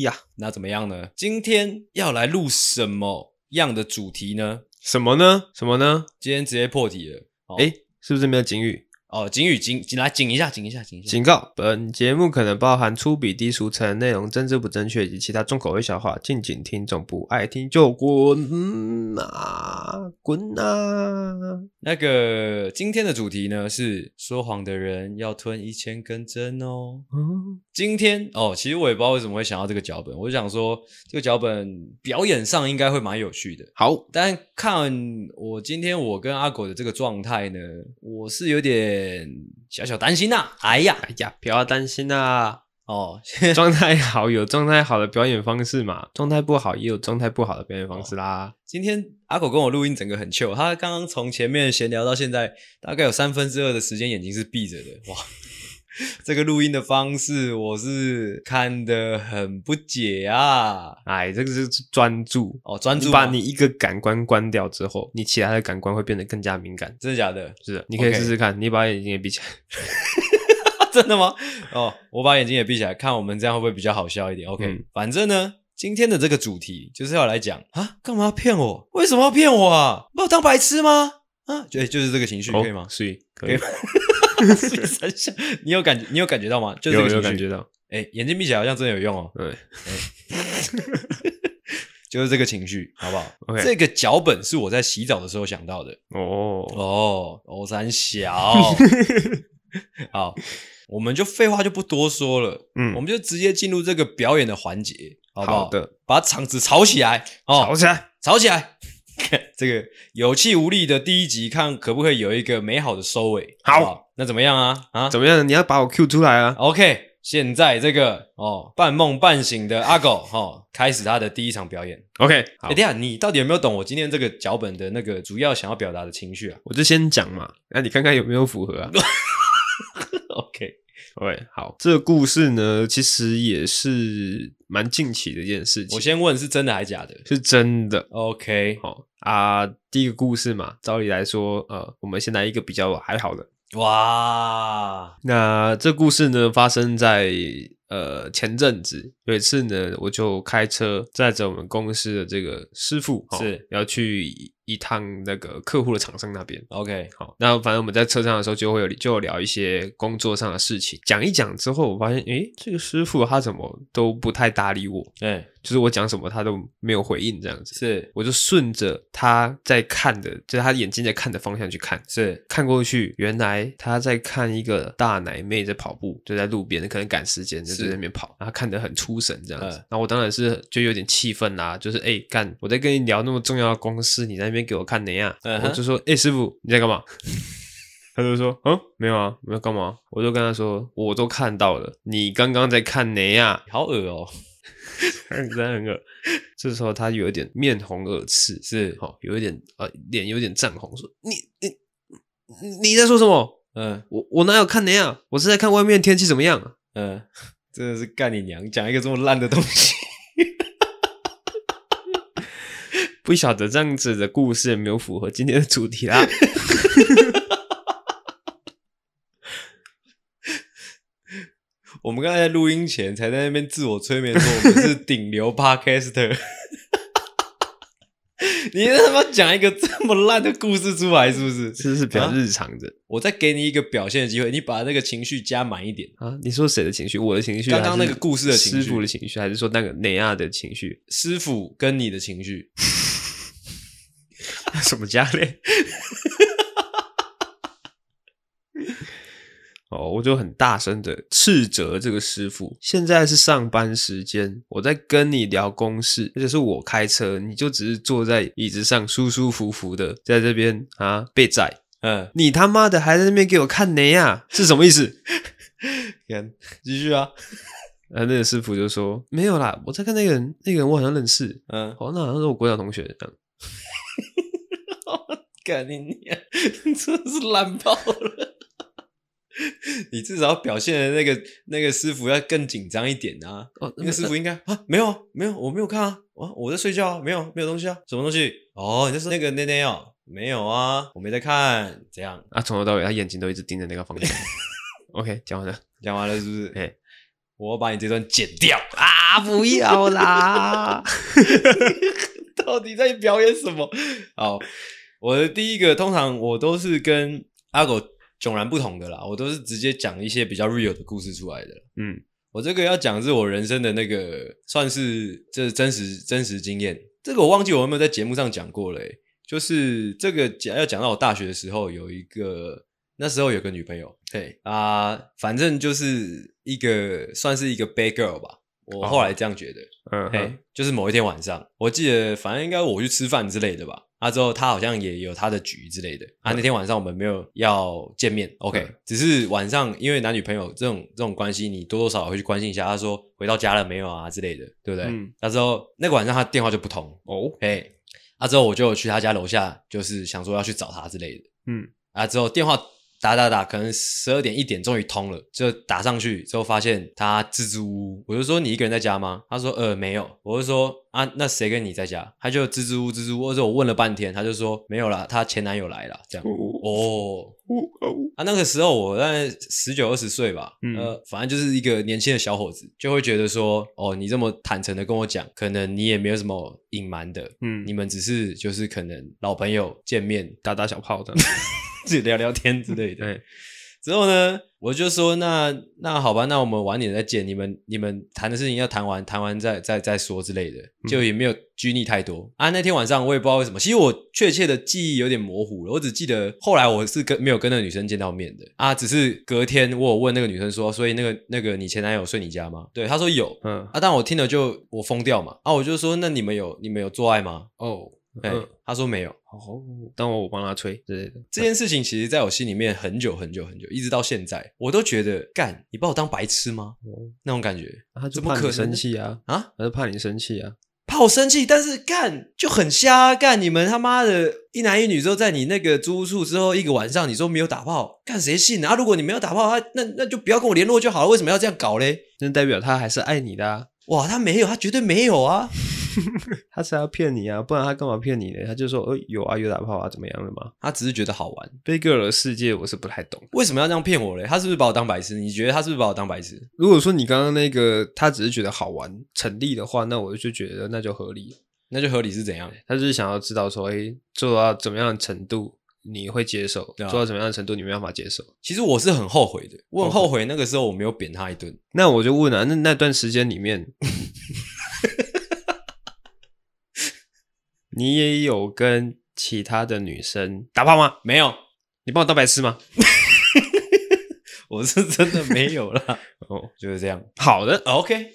Speaker 2: 呀，
Speaker 1: 那怎么样呢？今天要来录什么样的主题呢？
Speaker 2: 什么呢？什么呢？
Speaker 1: 今天直接破题了。哦
Speaker 2: 哎、是不是没有警语？
Speaker 1: 哦，警语警警来警一下，警一下，警一下。
Speaker 2: 警告：本节目可能包含粗鄙、低俗、成人内容、政治不正确以及其他重口味笑话，敬请听众不爱听就滚啊，滚啊！
Speaker 1: 那个今天的主题呢是说谎的人要吞一千根针哦。
Speaker 2: 嗯，
Speaker 1: 今天哦，其实我也不知道为什么会想到这个脚本，我就想说这个脚本表演上应该会蛮有趣的。
Speaker 2: 好，
Speaker 1: 但看我今天我跟阿狗的这个状态呢，我是有点小小担心呐、哎呀，
Speaker 2: 哎呀，不要担心啦、
Speaker 1: 哦，
Speaker 2: 啊状态好有状态好的表演方式嘛， [LAUGHS] 状态不好也有状态不好的表演方式啦。
Speaker 1: 今天阿狗跟我录音，整个很 chill。他刚刚从前面闲聊到现在，大概有三分之二的时间眼睛是闭着的。哇， [LAUGHS] 这个录音的方式我是看得很不解啊。
Speaker 2: 哎，这个是专注。
Speaker 1: 哦，专注
Speaker 2: 你
Speaker 1: 吗
Speaker 2: 把你一个感官关掉之后，你其他的感官会变得更加敏感。
Speaker 1: 真的假的？
Speaker 2: 是的，你可以
Speaker 1: OK
Speaker 2: 试试看你把眼睛也闭起来。
Speaker 1: [LAUGHS] 真的吗？哦，我把眼睛也闭起来，看我们这样会不会比较好笑一点？OK，、
Speaker 2: 嗯
Speaker 1: 反正呢，今天的这个主题就是要来讲啊，干嘛要骗我？为什么要骗我啊？把我当白痴吗？啊，对，就是这个情绪，可以吗 [LAUGHS]
Speaker 2: 哦？所以可
Speaker 1: 可以
Speaker 2: 以
Speaker 1: 吗，三下你有感觉，你有感觉到吗？就是这
Speaker 2: 有
Speaker 1: 个
Speaker 2: 有
Speaker 1: 情绪
Speaker 2: 感觉到，
Speaker 1: 哎、眼睛闭起来好像真的有用哦，
Speaker 2: 对，
Speaker 1: 就是这个情绪，好不好
Speaker 2: [LAUGHS] OK
Speaker 1: 这个脚本是我在洗澡的时候想到的。
Speaker 2: 哦，
Speaker 1: 哦，欧三
Speaker 2: [LAUGHS]
Speaker 1: 小，好，我们就废话就不多说了，
Speaker 2: 嗯
Speaker 1: 我们就直接进入这个表演的环节，好不好？
Speaker 2: 好的，
Speaker 1: 把场子吵起来，哦
Speaker 2: 吵，起来，
Speaker 1: 吵起来。 [LAUGHS] 这个有气无力的第一集，看可不可以有一个美好的收尾？
Speaker 2: 好
Speaker 1: 不那怎么样啊？啊
Speaker 2: 怎么样？你要把我 Q 出来啊！
Speaker 1: ，OK，现在这个哦，半梦半醒的阿狗哦，开始他的第一场表演。
Speaker 2: OK，好
Speaker 1: 哎、，等一下，你到底有没有懂我今天这个脚本的那个主要想要表达的情绪啊
Speaker 2: 我就先讲嘛，那你看看有没有符合啊
Speaker 1: [LAUGHS] ？OK，
Speaker 2: ？OK，好，这个故事呢，其实也是蛮近期的一件事情，
Speaker 1: 我先问是真的还假的
Speaker 2: 是真的
Speaker 1: ？OK，
Speaker 2: 哦啊。第一个故事嘛，照理来说，呃，我们先来一个比较还好的。
Speaker 1: 哇，
Speaker 2: 那这故事呢，发生在呃前阵子，有一次呢，我就开车载着我们公司的这个师傅，哦
Speaker 1: 是
Speaker 2: 要去一一趟那个客户的厂商那边。
Speaker 1: OK，
Speaker 2: 好，那反正我们在车上的时候就会有就有聊一些工作上的事情，讲一讲之后，我发现，诶，这个师傅他怎么都不太搭理我，
Speaker 1: 哎、
Speaker 2: 就是我讲什么他都没有回应这样子，
Speaker 1: 是
Speaker 2: 我就顺着他在看的，就是他眼睛在看的方向去看，
Speaker 1: 是
Speaker 2: 看过去，原来他在看一个大奶妹在跑步，就在路边，可能赶时间，就是在那边跑，然后看得很出神这样子。
Speaker 1: 嗯
Speaker 2: 那、我当然是就有点气愤啦、就是哎、诶干，我在跟你聊那么重要的公司，你在那边给我看哪样？
Speaker 1: 嗯哼
Speaker 2: 我就说，哎、师傅你在干嘛？ [LAUGHS] 他就说，嗯，没有啊，没有干嘛。我就跟他说，我都看到了，你刚刚在看哪样？ [LAUGHS]
Speaker 1: 好恶哦、
Speaker 2: 真的很恶。这时候他有一点面红耳赤，
Speaker 1: 是，
Speaker 2: 好、有一点呃脸有点涨红，说你你你你在说什么？
Speaker 1: 嗯
Speaker 2: 我我哪有看那样？我是在看外面天气怎么样啊。
Speaker 1: 嗯， [LAUGHS] 真的是干你娘！讲一个这么烂的东西， [LAUGHS]
Speaker 2: 不晓得这样子的故事有没有符合今天的主题 [LAUGHS] 啦？
Speaker 1: 我们刚才在录音前才在那边自我催眠说我 [LAUGHS] 们是顶流 podcaster，你他妈讲一个这么烂的故事出来，是不是？
Speaker 2: 这是比较日常的
Speaker 1: 我再给你一个表现的机会，你把那个情绪加满一点。
Speaker 2: 啊你说谁的情绪？我的情绪？
Speaker 1: 刚刚
Speaker 2: 还是
Speaker 1: 那个故事的情绪
Speaker 2: 师傅的情绪，还是说那个内亚的情绪？
Speaker 1: 师傅跟你的情绪，
Speaker 2: [LAUGHS] 什么家嘞？哦，我就很大声的斥责这个师傅。现在是上班时间，我在跟你聊公事，而且是我开车，你就只是坐在椅子上舒舒服服的，在这边啊被宰。
Speaker 1: 嗯，
Speaker 2: 你他妈的还在那边给我看雷啊，是什么意思？ [LAUGHS]
Speaker 1: 看继续啊，
Speaker 2: 啊， [LAUGHS] 那个师傅就说没有啦，我在看那个人，那个人我好像认识，
Speaker 1: 嗯，
Speaker 2: 哦，那好像是我国小同学这样。
Speaker 1: 干你娘！你真的是烂爆了。 [LAUGHS] 你至少表现的那个那个师傅要更紧张一点啊！
Speaker 2: 哦，
Speaker 1: 那个师傅应该啊，没有啊，没有，我没有看啊，啊，我在睡觉啊，没有，没有东西啊，什么东西？哦，你就是那个内内哦，没有啊，我没在看，这样
Speaker 2: 啊，从头到尾他眼睛都一直盯着那个方向。OK，讲完了。
Speaker 1: 讲完了是不是？
Speaker 2: 哎
Speaker 1: 我要把你这段剪掉，
Speaker 2: [LAUGHS] 啊，不要啦！
Speaker 1: [LAUGHS] 到底在表演什么？好，我的第一个通常我都是跟阿狗迥然不同的啦。我都是直接讲一些比较 real 的故事出来的。
Speaker 2: [LAUGHS] 嗯，
Speaker 1: 我这个要讲的是我人生的那个，算是这是真实真实经验。这个我忘记我有没有在节目上讲过了、欸，就是这个讲要讲到我大学的时候，有一个那时候有个女朋友，嘿啊、反正就是一个算是一个 bad girl 吧，我后来这样觉得。
Speaker 2: 嗯
Speaker 1: 嘿、
Speaker 2: 哼，
Speaker 1: 就是某一天晚上，我记得反正应该我去吃饭之类的吧。啊，之后他好像也有他的局之类的。啊，那天晚上我们没有要见面，OK，、
Speaker 2: 嗯
Speaker 1: 只是晚上因为男女朋友这种这种关系，你多多少少会去关心一下。他说回到家了没有啊之类的，对不对？
Speaker 2: 嗯
Speaker 1: 那之后那个晚上他电话就不通，
Speaker 2: 哦，
Speaker 1: 哎、啊之后我就有去他家楼下，就是想说要去找他之类的。
Speaker 2: 嗯，
Speaker 1: 啊，之后电话打打打，可能十二点一点终于通了，就打上去之后发现他支支吾吾，我就说你一个人在家吗？他说呃没有，我就说啊那谁跟你在家？他就支支吾支支吾，或者我问了半天，他就说没有啦，她前男友来了这样。
Speaker 2: 哦
Speaker 1: 哦，
Speaker 2: 哦，
Speaker 1: 啊，那个时候我大概十九二十岁吧，
Speaker 2: 嗯
Speaker 1: 呃，反正就是一个年轻的小伙子，就会觉得说，哦，你这么坦诚的跟我讲，可能你也没有什么隐瞒的，
Speaker 2: 嗯，
Speaker 1: 你们只是就是可能老朋友见面
Speaker 2: 打打小 [LAUGHS] 炮的，
Speaker 1: 自己聊聊天之类的。
Speaker 2: 对，
Speaker 1: 之后呢，我就说那那好吧，那我们晚点再见。你们你们谈的事情要谈完，谈完再再再说之类的，就也没有拘泥太多、啊。那天晚上我也不知道为什么，其实我确切的记忆有点模糊了，我只记得后来我是跟没有跟那个女生见到面的啊，只是隔天我有问那个女生说，所以那个那个你前男友睡你家吗？对，她说有
Speaker 2: 嗯，
Speaker 1: 啊，但我听了就我疯掉嘛啊，我就说那你们有你们有做爱吗？
Speaker 2: 哦，
Speaker 1: 哎、
Speaker 2: 嗯，
Speaker 1: 她说没有。
Speaker 2: 哦，当我帮他吹之类的，
Speaker 1: 这件事情其实在我心里面很久很久很久，一直到现在，我都觉得干，你把我当白痴吗？
Speaker 2: 哦
Speaker 1: 那种感觉
Speaker 2: 他就
Speaker 1: 怎么
Speaker 2: 怕
Speaker 1: 可
Speaker 2: 你
Speaker 1: 能
Speaker 2: 生
Speaker 1: 呢
Speaker 2: 气啊，
Speaker 1: 啊，
Speaker 2: 他就怕你生气啊，
Speaker 1: 怕我生气，但是干就很瞎啊、干你们他妈的，一男一女之后在你那个租屋处之后一个晚上，你说没有打炮，干谁信啊？啊如果你没有打炮，他那那就不要跟我联络就好了，为什么要这样搞嘞？
Speaker 2: 那代表他还是爱你的啊，
Speaker 1: 哇，他没有，他绝对没有啊！
Speaker 2: 他才要骗你啊，不然他干嘛骗你呢？他就说，呃，有啊，有打炮啊，怎么样了嘛？
Speaker 1: 他只是觉得好玩，
Speaker 2: 贝格尔的世界我是不太懂。
Speaker 1: 为什么要这样骗我嘞？他是不是把我当白痴？你觉得他是不是把我当白痴？
Speaker 2: 如果说你刚刚那个他只是觉得好玩成立的话，那我就觉得那就合理。
Speaker 1: 那就合理是怎样？
Speaker 2: 他就是想要知道说，诶，做到怎么样的程度你会接受，
Speaker 1: 对啊
Speaker 2: 做到怎么样的程度你没办法接受。
Speaker 1: 其实我是很后悔的，我很
Speaker 2: 后悔
Speaker 1: 后悔那个时候我没有扁他一顿。
Speaker 2: 那我就问啊，那那段时间里
Speaker 1: [LAUGHS]
Speaker 2: 面，你也有跟其他的女生打炮吗？
Speaker 1: 没有，
Speaker 2: 你帮我当白痴吗？
Speaker 1: 我是真的没有
Speaker 2: [LAUGHS]
Speaker 1: 啦，
Speaker 2: 哦，
Speaker 1: 就是这样。
Speaker 2: 好的，
Speaker 1: OK，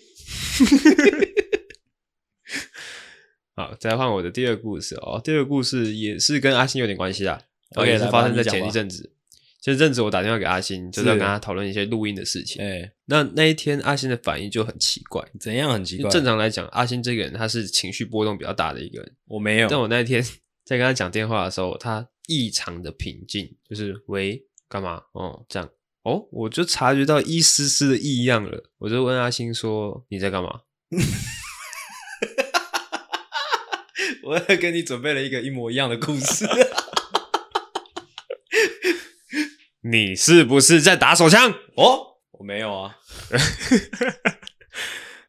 Speaker 2: 好，再换我的第二个故事哦。第二个故事也是跟阿星有点关系啊啦。
Speaker 1: OK，
Speaker 2: 也是
Speaker 1: 来吧
Speaker 2: 发生在
Speaker 1: 你讲
Speaker 2: 前一
Speaker 1: 吧
Speaker 2: 阵子。前阵子我打电话给阿星，就是
Speaker 1: 是
Speaker 2: 要跟他讨论一些录音的事情。
Speaker 1: 哎、
Speaker 2: 那那一天阿星的反应就很奇怪，
Speaker 1: 怎样很奇
Speaker 2: 因
Speaker 1: 怪？
Speaker 2: 为正常来讲，阿星这个人他是情绪波动比较大的一个人。
Speaker 1: 我没有。
Speaker 2: 但我那一天 [LAUGHS] 在跟他讲电话的时候，他异常的平静，就是喂，干嘛？哦，这样。哦，我就察觉到一丝丝的异样了，我就问阿星说：“你在干嘛
Speaker 1: [LAUGHS] 我要跟你准备了一个一模一样的故
Speaker 2: [LAUGHS]
Speaker 1: 事。？”
Speaker 2: 你是不是在打手枪？
Speaker 1: 哦，我没有啊。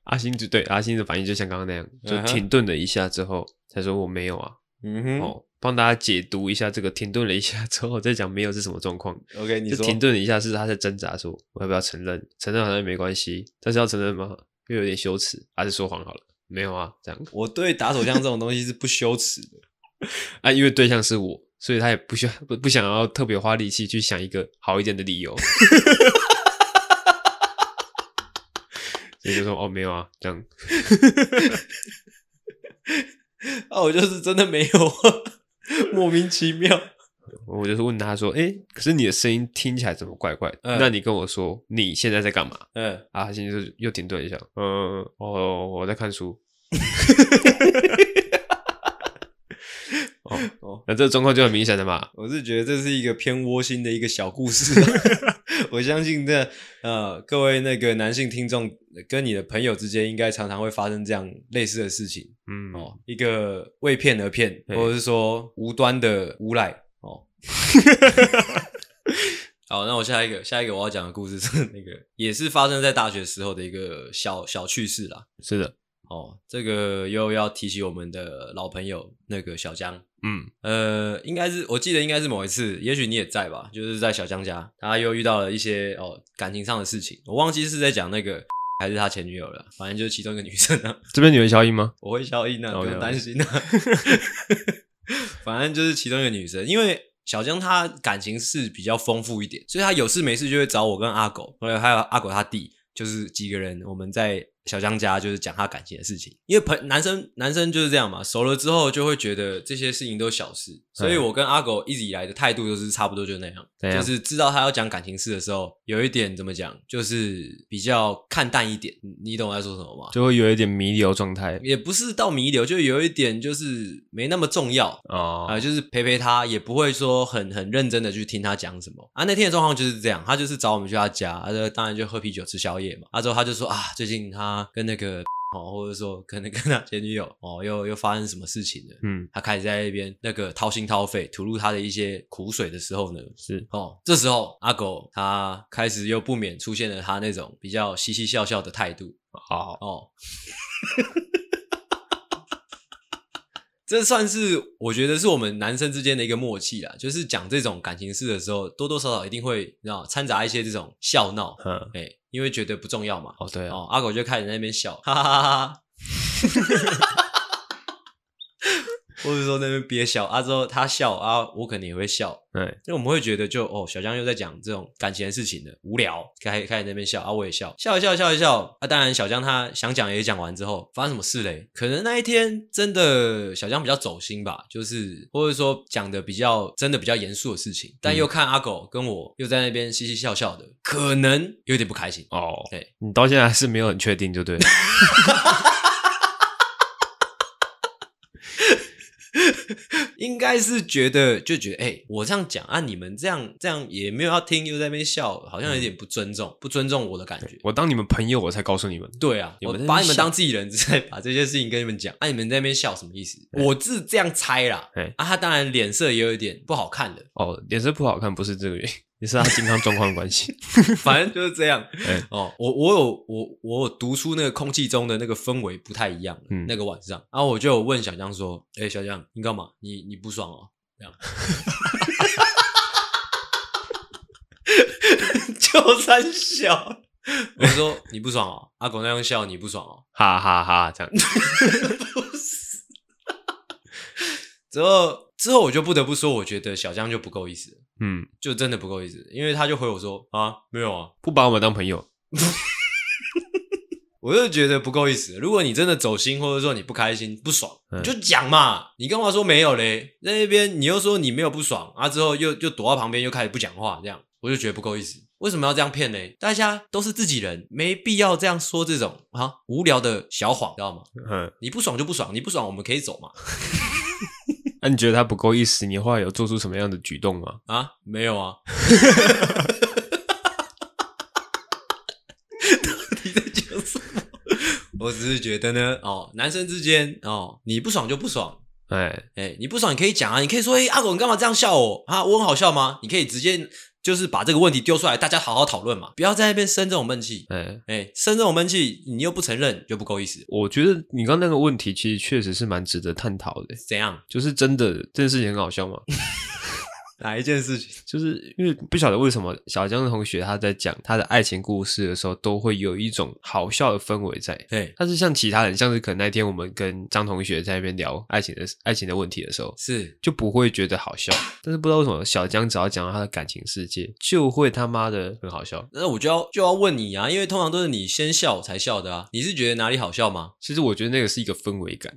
Speaker 2: 阿星就对阿星的反应就像刚刚那样，就
Speaker 1: 嗯哼
Speaker 2: 停顿了一下之后，他说我没有啊。
Speaker 1: 嗯哼、
Speaker 2: 哦，帮大家解读一下这个停顿了一下之后再讲没有是什么状况。
Speaker 1: o k 你
Speaker 2: 就
Speaker 1: 说。
Speaker 2: 停顿了一下是他在挣扎说我要不要承认？承认好像也没关系，但是要承认吗？又有点羞耻，还是说谎好了？没有啊，这样
Speaker 1: 我对打手枪这种东西是不羞耻的。
Speaker 2: 啊，因为对象是我，所以他也不需要不不想要特别花力气去想一个好一点的理由。 [LAUGHS] 所以就说哦没有啊，这样
Speaker 1: 啊，我就是真的没有啊， [LAUGHS] 莫名其
Speaker 2: [LAUGHS]
Speaker 1: 妙。
Speaker 2: 我就是问他说：“哎、可是你的声音听起来怎么怪怪的？
Speaker 1: 嗯
Speaker 2: 那你跟我说你现在在干嘛
Speaker 1: 嗯，？”
Speaker 2: 啊，他现在就又停顿一下，嗯，哦，我在看书。哦，
Speaker 1: 哦，
Speaker 2: 那这个状况就很明显的嘛。
Speaker 1: 我是觉得这是一个偏窝心的一个小故
Speaker 2: [LAUGHS]
Speaker 1: 事。我相信这呃，各位那个男性听众跟你的朋友之间，应该常常会发生这样类似的事情。
Speaker 2: 嗯，
Speaker 1: 哦，一个为骗而骗，
Speaker 2: 对
Speaker 1: 或者是说无端的无赖哦。好，那我下一个下一个我要讲的故事是那个，也是发生在大学时候的一个小小趣事啦。
Speaker 2: 是的，
Speaker 1: 哦，这个又要提起我们的老朋友那个小江，
Speaker 2: 嗯，
Speaker 1: 呃，应该是我记得应该是某一次，也许你也在吧，就是在小江家，他又遇到了一些哦感情上的事情，我忘记是在讲那个还是他前女友了，反正就是其中一个女生啊，
Speaker 2: 这边你们消音吗？
Speaker 1: 我会消音啊，不
Speaker 2: OK，
Speaker 1: 用
Speaker 2: OK
Speaker 1: 担心啊。 [LAUGHS] 反正就是其中一个女生，因为小江她感情是比较丰富一点，所以她有事没事就会找我跟阿狗，呃还有还有阿狗他弟，就是几个人我们在小江家就是讲她感情的事情。因为朋男生男生就是这样嘛，熟了之后就会觉得这些事情都是小事，所以
Speaker 2: 嗯
Speaker 1: 我跟阿狗一直以来的态度就是差不多就那样，
Speaker 2: 怎样
Speaker 1: 就是知道他要讲感情事的时候，有一点怎么讲，就是比较看淡一点。你你懂我在说什么吗？
Speaker 2: 就会有一点弥留状态
Speaker 1: 也不是到弥留，就有一点就是没那么重要啊、
Speaker 2: 哦，
Speaker 1: 就是陪陪他，也不会说很很认真的去听他讲什么啊。那天的状况就是这样，他就是找我们去他家，他、就当然就喝啤酒吃宵夜嘛。啊之后他就说啊，最近他跟那个哦，或者说可能跟他前女友哦，又又发生什么事情了。
Speaker 2: 嗯，
Speaker 1: 他开始在那边那个掏心掏肺吐露他的一些苦水的时候呢，
Speaker 2: 是
Speaker 1: 哦，这时候阿狗他开始又不免出现了他那种比较嘻嘻笑笑的态度，
Speaker 2: 哦，
Speaker 1: 哦， [LAUGHS] 这算是我觉得是我们男生之间的一个默契啦，就是讲这种感情事的时候，多多少少一定会你知道掺杂一些这种笑闹，
Speaker 2: 嗯，
Speaker 1: 哎、因为觉得不重要嘛。
Speaker 2: 哦对啊，
Speaker 1: 哦，阿狗就开始在那边笑，哈哈哈哈。 [LAUGHS] 或者说在那边憋笑啊，之后他笑啊，我肯定也会笑，
Speaker 2: 对，
Speaker 1: 因为我们会觉得就哦，小江又在讲这种感情的事情了，无聊，开开始在那边笑啊，我也笑，笑一笑，笑一笑啊。当然，小江他想讲也讲完之后，发生什么事嘞？可能那一天真的小江比较走心吧，就是或者说讲的比较真的比较严肃的事情，但又看阿狗跟我又在那边嘻嘻笑笑的，可能有点不开心。 [LAUGHS]
Speaker 2: 哦，
Speaker 1: 对，
Speaker 2: 你到现在还是没有很确定， [LAUGHS] 就对了，
Speaker 1: 应该是觉得就觉得，哎、我这样讲啊，你们这样这样也没有要听，又在那边笑，好像有点不尊重，不尊重我的感觉。
Speaker 2: 我当你们朋友，我才告诉你们，
Speaker 1: 对啊，
Speaker 2: 你
Speaker 1: 我
Speaker 2: 们在那边
Speaker 1: 把你们
Speaker 2: 笑
Speaker 1: 当自己人， [LAUGHS] 再把这些事情跟你们讲，啊，你们在那边笑什么意思？我是这样猜啦
Speaker 2: 哎。
Speaker 1: 啊，他当然脸色也有一点不好看
Speaker 2: [LAUGHS]
Speaker 1: 了，
Speaker 2: 哦，脸色不好看不是这个原因，也是他健康状况的关系，
Speaker 1: 反正就是这样
Speaker 2: 哎。
Speaker 1: 哦，我我有我我有读出那个空气中的那个氛围不太一样了。
Speaker 2: 嗯
Speaker 1: 那个晚上，然后我就有问小江说：“哎，小江，你干嘛？你你不爽哦？”这样， [LAUGHS] 就三小。 [LAUGHS] 我说你不爽哦，阿狗那样笑你不爽哦，
Speaker 2: [LAUGHS] 哈哈哈，这样，
Speaker 1: 之后之后我就不得不说，我觉得小江就不够意思了，
Speaker 2: 嗯，
Speaker 1: 就真的不够意思，因为他就回我说啊没有啊，
Speaker 2: 不把我们当朋友，
Speaker 1: 我就觉得不够意思。如果你真的走心，或者说你不开心、不爽，
Speaker 2: 嗯
Speaker 1: 你就讲嘛，你干嘛说没有嘞？在那边你又说你没有不爽啊，之后又又躲到旁边又开始不讲话，这样我就觉得不够意思。为什么要这样骗呢？大家都是自己人，没必要这样说这种啊无聊的小谎，知道吗？
Speaker 2: 嗯，
Speaker 1: 你不爽就不爽，你不爽我们可以走嘛。
Speaker 2: 那你觉得他不够意思，你后来有做出什么样的举动吗？
Speaker 1: 啊，没有啊。 [LAUGHS] 到底在讲什么？ [LAUGHS] 我只是觉得呢，哦，男生之间哦，你不爽就不爽，
Speaker 2: 哎，
Speaker 1: 哎、你不爽你可以讲啊，你可以说，哎、阿狗你干嘛这样笑我啊？我很好笑吗？你可以直接就是把这个问题丢出来，大家好好讨论嘛，不要在那边生这种闷气，
Speaker 2: 哎。
Speaker 1: 哎、生这种闷气你又不承认就不够意思，
Speaker 2: 我觉得你刚刚那个问题其实确实是蛮值得探讨的，
Speaker 1: 怎样？
Speaker 2: 就是真的这件事情很好笑
Speaker 1: [LAUGHS]
Speaker 2: 嘛，
Speaker 1: 哪一件事情？
Speaker 2: 就是因为不晓得为什么小江同学他在讲他的爱情故事的时候，都会有一种好笑的氛围在。
Speaker 1: 哎、
Speaker 2: 但是像其他人，像是可能那天我们跟张同学在那边聊爱情的爱情的问题的时候，
Speaker 1: 是
Speaker 2: 就不会觉得好笑。但是不知道为什么小江只要讲到他的感情世界，就会他妈的很好笑。
Speaker 1: 那我就要就要问你啊，因为通常都是你先笑我才笑的啊，你是觉得哪里好笑吗？
Speaker 2: 其实我觉得那个是一个氛
Speaker 1: [LAUGHS]
Speaker 2: 围感，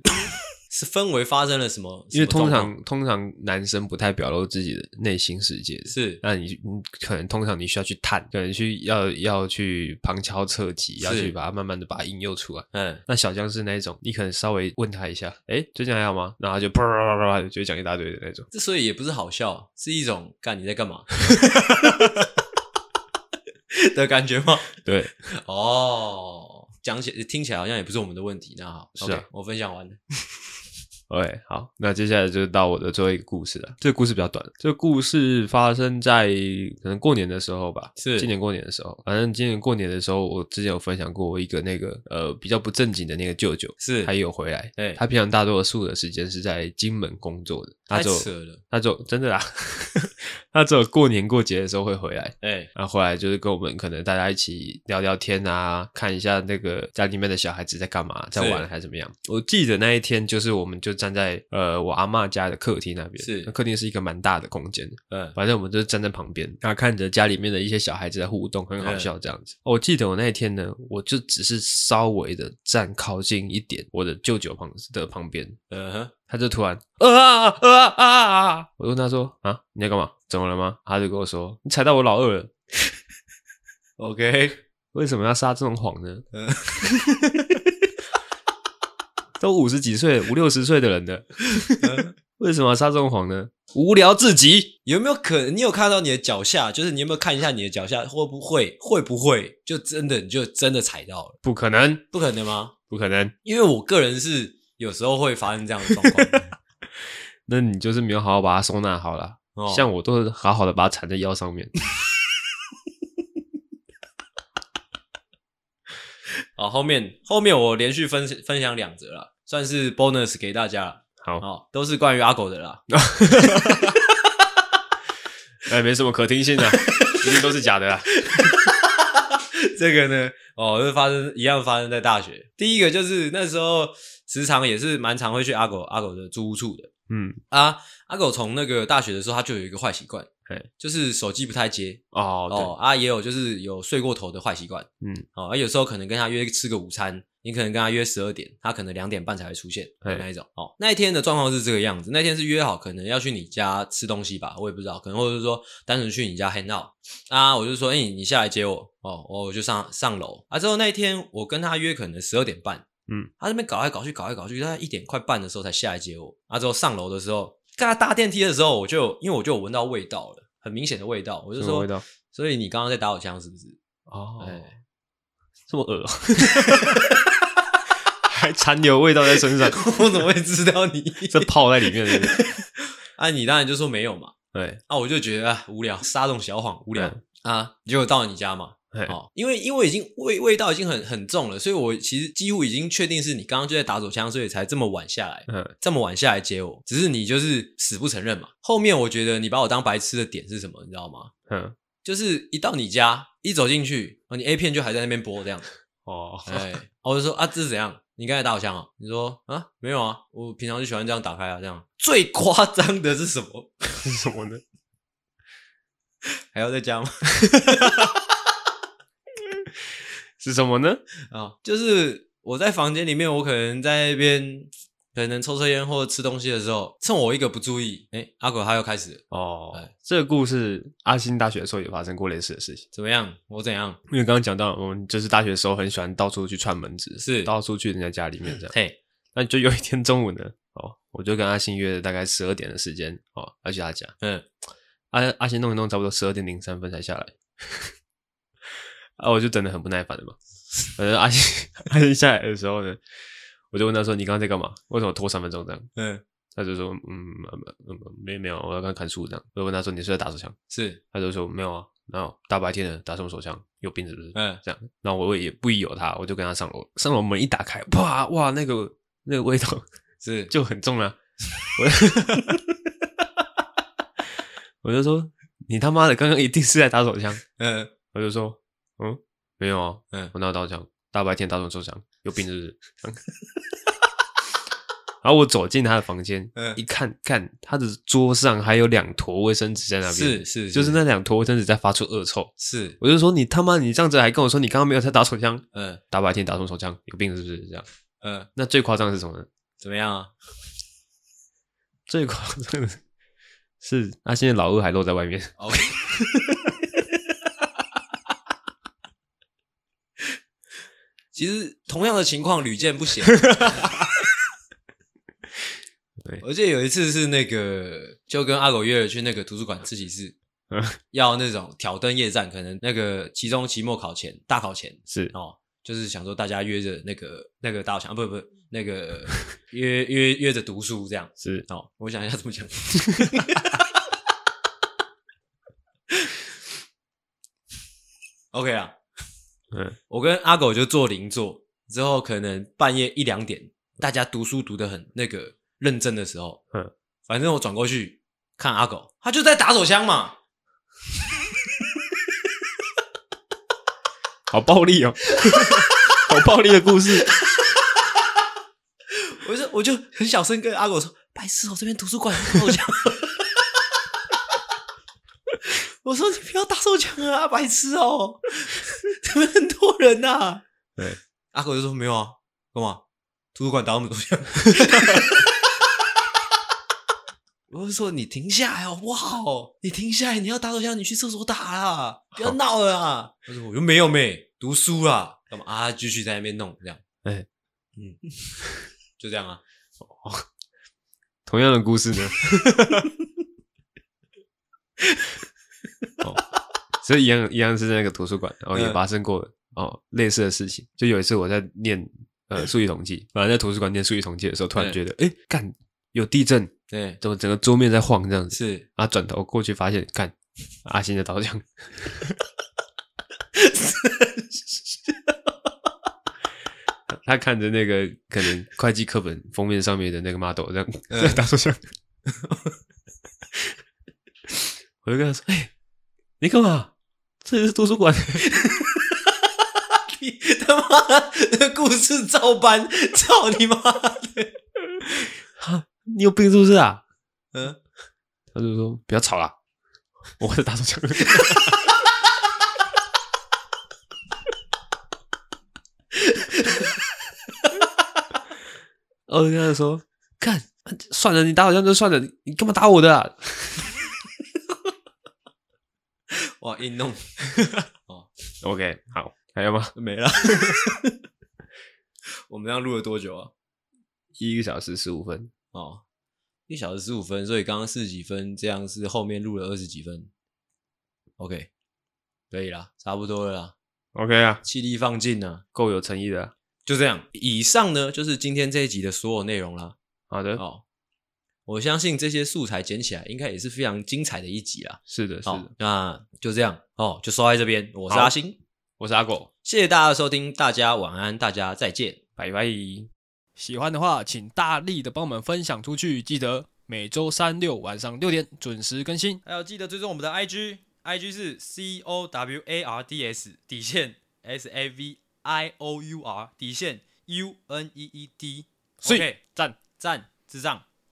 Speaker 1: 是氛围发生了什么？
Speaker 2: 因为
Speaker 1: 什么状
Speaker 2: 通
Speaker 1: 况
Speaker 2: 常通常男生不太表露自己的内心世界的。
Speaker 1: 是
Speaker 2: 那你你可能通常你需要去探，可能去要要去旁敲侧击，要
Speaker 1: 是
Speaker 2: 去把它慢慢的把它引诱出来。
Speaker 1: 嗯，
Speaker 2: 那小江是那一种，你可能稍微问他一下，哎，最近还好吗？然后他就啪啪啪啪啪就讲一大堆的那种。
Speaker 1: 之所以也不是好笑，是一种干你在干嘛 [LAUGHS] 的感觉吗？
Speaker 2: 对，
Speaker 1: 哦，讲起听起来好像也不是我们的问题。那好，
Speaker 2: 是
Speaker 1: OK，
Speaker 2: 啊
Speaker 1: 我分享完了。
Speaker 2: OK，好，那接下来就到我的最后一个故事了。这个故事比较短，这个故事发生在可能过年的时候吧，
Speaker 1: 是
Speaker 2: 今年过年的时候。反正今年过年的时候，我之前有分享过我一个那个呃比较不正经的那个舅舅，
Speaker 1: 是哎
Speaker 2: 他也有回来。
Speaker 1: 对
Speaker 2: 他平常大多数的时间是在金门工作的，他
Speaker 1: 太
Speaker 2: 只有
Speaker 1: 扯了，
Speaker 2: 他只有真的啦，啊 [LAUGHS] 他只有过年过节的时候会回来。
Speaker 1: 哎、
Speaker 2: 然后回来就是跟我们可能大家一起聊聊天啊，看一下那个家里面的小孩子在干嘛，在玩还是怎么样。我记得那一天就是我们就站在呃我阿嬷家的客厅那边，
Speaker 1: 是
Speaker 2: 那客厅是一个蛮大的空间，
Speaker 1: 嗯，
Speaker 2: 反正我们就是站在旁边，然后看着家里面的一些小孩子在互动，很好笑这样子。哦我记得我那一天呢，我就只是稍微的站靠近一点我的舅舅旁的旁边，
Speaker 1: 嗯哼，
Speaker 2: 他就突然啊啊啊啊！我就问他说啊，你在干嘛？怎么了吗？他就跟我说，你踩到我老二了。OK，为 [LAUGHS] 什么要撒这种谎呢？
Speaker 1: 嗯
Speaker 2: [LAUGHS] 都五十几岁、五六十岁的人了， [LAUGHS] 为什么要撒这种谎呢？无聊至极。
Speaker 1: 有没有可能？你有看到你的脚下？就是你有没有看一下你的脚下会不会会不会就真的你就真的踩到了？
Speaker 2: 不可能，
Speaker 1: 不可能吗？
Speaker 2: 不可能。
Speaker 1: 因为我个人是有时候会发生这样的状况。
Speaker 2: [LAUGHS] 那你就是没有好好把它收纳好了。
Speaker 1: 哦，
Speaker 2: 像我都是好好的把它缠在腰
Speaker 1: [LAUGHS]
Speaker 2: 上面。
Speaker 1: 哦，后面后面我连续分分享两则啦，算是 bonus 给大家了。
Speaker 2: 好，
Speaker 1: 哦，都是关于阿狗的啦。 [LAUGHS]
Speaker 2: 哎，没什么可听性啊，一定都是假
Speaker 1: [LAUGHS]
Speaker 2: 的啦。
Speaker 1: 这个呢，哦，是发生一样发生在大学。第一个就是那时候时常也是蛮常会去阿狗阿狗的租屋处的
Speaker 2: 嗯，
Speaker 1: 啊。阿狗从那个大学的时候，他就有一个坏习惯
Speaker 2: 嘿，
Speaker 1: 就是手机不太接
Speaker 2: 哦，对，
Speaker 1: 哦啊，也有就是有睡过头的坏习惯，
Speaker 2: 嗯，
Speaker 1: 哦，啊，有时候可能跟他约吃个午餐，你可能跟他约十二点，他可能两点半才会出现
Speaker 2: 嘿
Speaker 1: 那一种。哦，那一天的状况是这个样子，那天是约好可能要去你家吃东西吧，我也不知道，可能或者是说单纯去你家 hang out 啊，我就说，哎、你下来接我，哦，我就上上楼啊。之后那一天我跟他约可能十二点半，
Speaker 2: 嗯，
Speaker 1: 他那边搞来搞去，搞来搞去，他一点快半的时候才下来接我，啊，之后上楼的时候。跟他搭电梯的时候，我就因为我就有闻到味道了，很明显的味道，我就
Speaker 2: 什么
Speaker 1: 说
Speaker 2: 味道？
Speaker 1: 所以你刚刚在打我枪是不是？
Speaker 2: 哦
Speaker 1: 哎 [LAUGHS]
Speaker 2: 这么
Speaker 1: 哦
Speaker 2: 恶、 [LAUGHS] 还残留味道在身
Speaker 1: [LAUGHS]
Speaker 2: 上，
Speaker 1: 我怎么会知道你？
Speaker 2: 这泡在里面是不是。
Speaker 1: [LAUGHS] 啊，你当然就说没有嘛。
Speaker 2: 对，
Speaker 1: 啊，我就觉得啊无聊，撒这种小谎无聊、
Speaker 2: 嗯
Speaker 1: 啊。结果到你家嘛，
Speaker 2: 嘿
Speaker 1: 哦，因为因为已经味味道已经很很重了，所以我其实几乎已经确定是你刚刚就在打手枪，所以才这么晚下来，
Speaker 2: 嗯，
Speaker 1: 这么晚下来接我。只是你就是死不承认嘛。后面我觉得你把我当白痴的点是什么，你知道吗？
Speaker 2: 嗯，
Speaker 1: 就是一到你家，一走进去，啊，你 A 片就还在那边播这样。
Speaker 2: 哦， [LAUGHS]
Speaker 1: 哎，啊我就说啊，这是怎样？你刚才打我枪啊？你说啊，没有啊，我平常就喜欢这样打开啊，这样。最夸张的是什么？
Speaker 2: 是什么呢？
Speaker 1: 还要再加吗？
Speaker 2: 是什么呢？
Speaker 1: 啊，就是我在房间里面，我可能在那边可能抽抽烟或者吃东西的时候，趁我一个不注意，哎、阿狗他又开始了
Speaker 2: 哦
Speaker 1: 哎，
Speaker 2: 这个故事阿星大学的时候也发生过类似的事情。
Speaker 1: 怎么样？我怎样？
Speaker 2: 因为刚刚讲到，我们就是大学的时候很喜欢到处去串门子，
Speaker 1: 是
Speaker 2: 到处去人家家里面这样。
Speaker 1: 嘿，
Speaker 2: 那就有一天中午呢，哦，我就跟阿星约了大概十二点的时间，哦，要去他家。
Speaker 1: 嗯，
Speaker 2: 阿阿星弄一弄，差不多十二点零三分才下来。 [LAUGHS] 啊，我就等得很不耐烦了嘛。反正阿星阿星下来的时候呢，我就问他说：“你刚刚在干嘛？为什么拖三分钟这样
Speaker 1: 嗯，？”
Speaker 2: 他就说：“嗯，嗯嗯没没有，我要刚看书这样。”我就问他说：“你是不是在打手枪
Speaker 1: 是，？”
Speaker 2: 他就说：“没有啊，然后大白天的打什么手枪？有病是不是？”
Speaker 1: 嗯，
Speaker 2: 这样，那我也不疑有他，我就跟他上楼。上楼门一打开，哇哇，那个那个味道
Speaker 1: 是，
Speaker 2: 就很重啊
Speaker 1: [LAUGHS]
Speaker 2: 了、 [LAUGHS] 我我就说你他妈的刚刚一定是在打手枪。
Speaker 1: 嗯
Speaker 2: 我就说嗯没有啊，
Speaker 1: 嗯
Speaker 2: 我哪有打手枪？大白天打什么手枪？有病是不是？ [LAUGHS] 然后我走进他的房间，
Speaker 1: 嗯
Speaker 2: 一看，看他的桌上还有两坨卫生纸在那边，
Speaker 1: 是是，
Speaker 2: 就是那两坨卫生纸在发出恶臭。
Speaker 1: 是，
Speaker 2: 我就说你他妈，你这样子还跟我说你刚刚没有在打手枪，
Speaker 1: 嗯
Speaker 2: 大白天打什么手枪？有病是不是？这样，
Speaker 1: 嗯，
Speaker 2: 那最夸张的是什么呢？
Speaker 1: 怎么样啊？
Speaker 2: 最夸张的是阿星的老二还露在外面，
Speaker 1: OK，其实同样的情况屡见不鲜。
Speaker 2: 对
Speaker 1: 我记得有一次是那个，就跟阿狗约了去那个图书馆自习室
Speaker 2: 嗯，
Speaker 1: 要那种挑灯夜战，可能那个期中、期末考前、大考前
Speaker 2: 是
Speaker 1: 哦，就是想说大家约着那个那个大小强，不不那个约约约着读书这样。
Speaker 2: 是
Speaker 1: 哦，我想一下怎么讲。OK 啊，
Speaker 2: 嗯，
Speaker 1: [LAUGHS] 我跟阿狗就做邻座，之后可能半夜一两点，大家读书读得很那个认真的时候，
Speaker 2: 嗯，
Speaker 1: 反正我转过去看阿狗，他就在打手枪嘛，
Speaker 2: 好暴力哦， [LAUGHS] 好暴力的故事。
Speaker 1: 我就我就很小声跟阿狗说：“白痴哦、这边图书馆有打手枪。” [LAUGHS] 我说：“你不要打手枪啊，白痴哦、这边很多人呐、
Speaker 2: 对，
Speaker 1: 阿狗就说：“没有啊，干嘛？图书馆打那么多枪？” [LAUGHS] 我就说：“你停下来好不好？你停下来，你要打手枪，你去厕所打啦，不要闹了啊啦。”他说：“我又没有妹，读书啦，干嘛啊？继续在那边弄这样。”
Speaker 2: 哎，
Speaker 1: 嗯，就这样啊。
Speaker 2: 同样的故事呢？ [LAUGHS] 哦，所以一样一样是在那个图书馆，然、后也
Speaker 1: 嗯
Speaker 2: 发生过、哦类似的事情。就有一次我在念呃数理统计，反正在图书馆念数理统计的时候，突然
Speaker 1: 嗯
Speaker 2: 觉得哎干有地震，
Speaker 1: 对，
Speaker 2: 怎么整个桌面在晃这样子？
Speaker 1: 是 [LAUGHS]
Speaker 2: 啊，转头过去发现干阿星的刀枪，他看着那个可能会计课本封面上面的那个 model 这样
Speaker 1: 嗯
Speaker 2: 在打手枪，我就跟他说：“哎、你干嘛？这里是图书馆。
Speaker 1: 你他妈的故事照搬，操你妈的！
Speaker 2: 你有病是不是啊
Speaker 1: 嗯，？”
Speaker 2: 他就说：“不要吵 [LAUGHS] 啦，我在打手 [LAUGHS] 枪。我就跟他说：“干，算了，你打手枪就算了，你你干嘛打我的、啊？”
Speaker 1: 哇，硬弄
Speaker 2: OK，好，还有吗？
Speaker 1: 没了。 [LAUGHS] 我们这样录了多久啊？
Speaker 2: 一个小时十五分，
Speaker 1: 哦，一小时十五分，所以刚刚四十几分，这样是后面录了二十几分。OK，可以啦，差不多了啦，
Speaker 2: OK 啊，
Speaker 1: 气力放尽了，
Speaker 2: 够有诚意的啊。
Speaker 1: 就这样。以上呢，就是今天这一集的所有内容啦。
Speaker 2: 好的，
Speaker 1: 哦，我相信这些素材捡起来，应该也是非常精彩的一集啦。
Speaker 2: 是的，是
Speaker 1: 好
Speaker 2: 的，，
Speaker 1: 那就这样哦，就收在这边。我是
Speaker 2: 好
Speaker 1: 阿星，
Speaker 2: 我是阿狗，
Speaker 1: 谢谢大家的收听，大家晚安，大家再见。
Speaker 2: 拜拜。
Speaker 3: 喜欢的话，请大力的帮我们分享出去，记得每周三六晚上六点准时更新。
Speaker 4: 还有记得追踪我们的 IG，IG 是 C O W A R D S 底线 S A V I O U R 底线 U N E E D，
Speaker 3: 所以
Speaker 4: 以
Speaker 3: 赞
Speaker 4: 赞智障。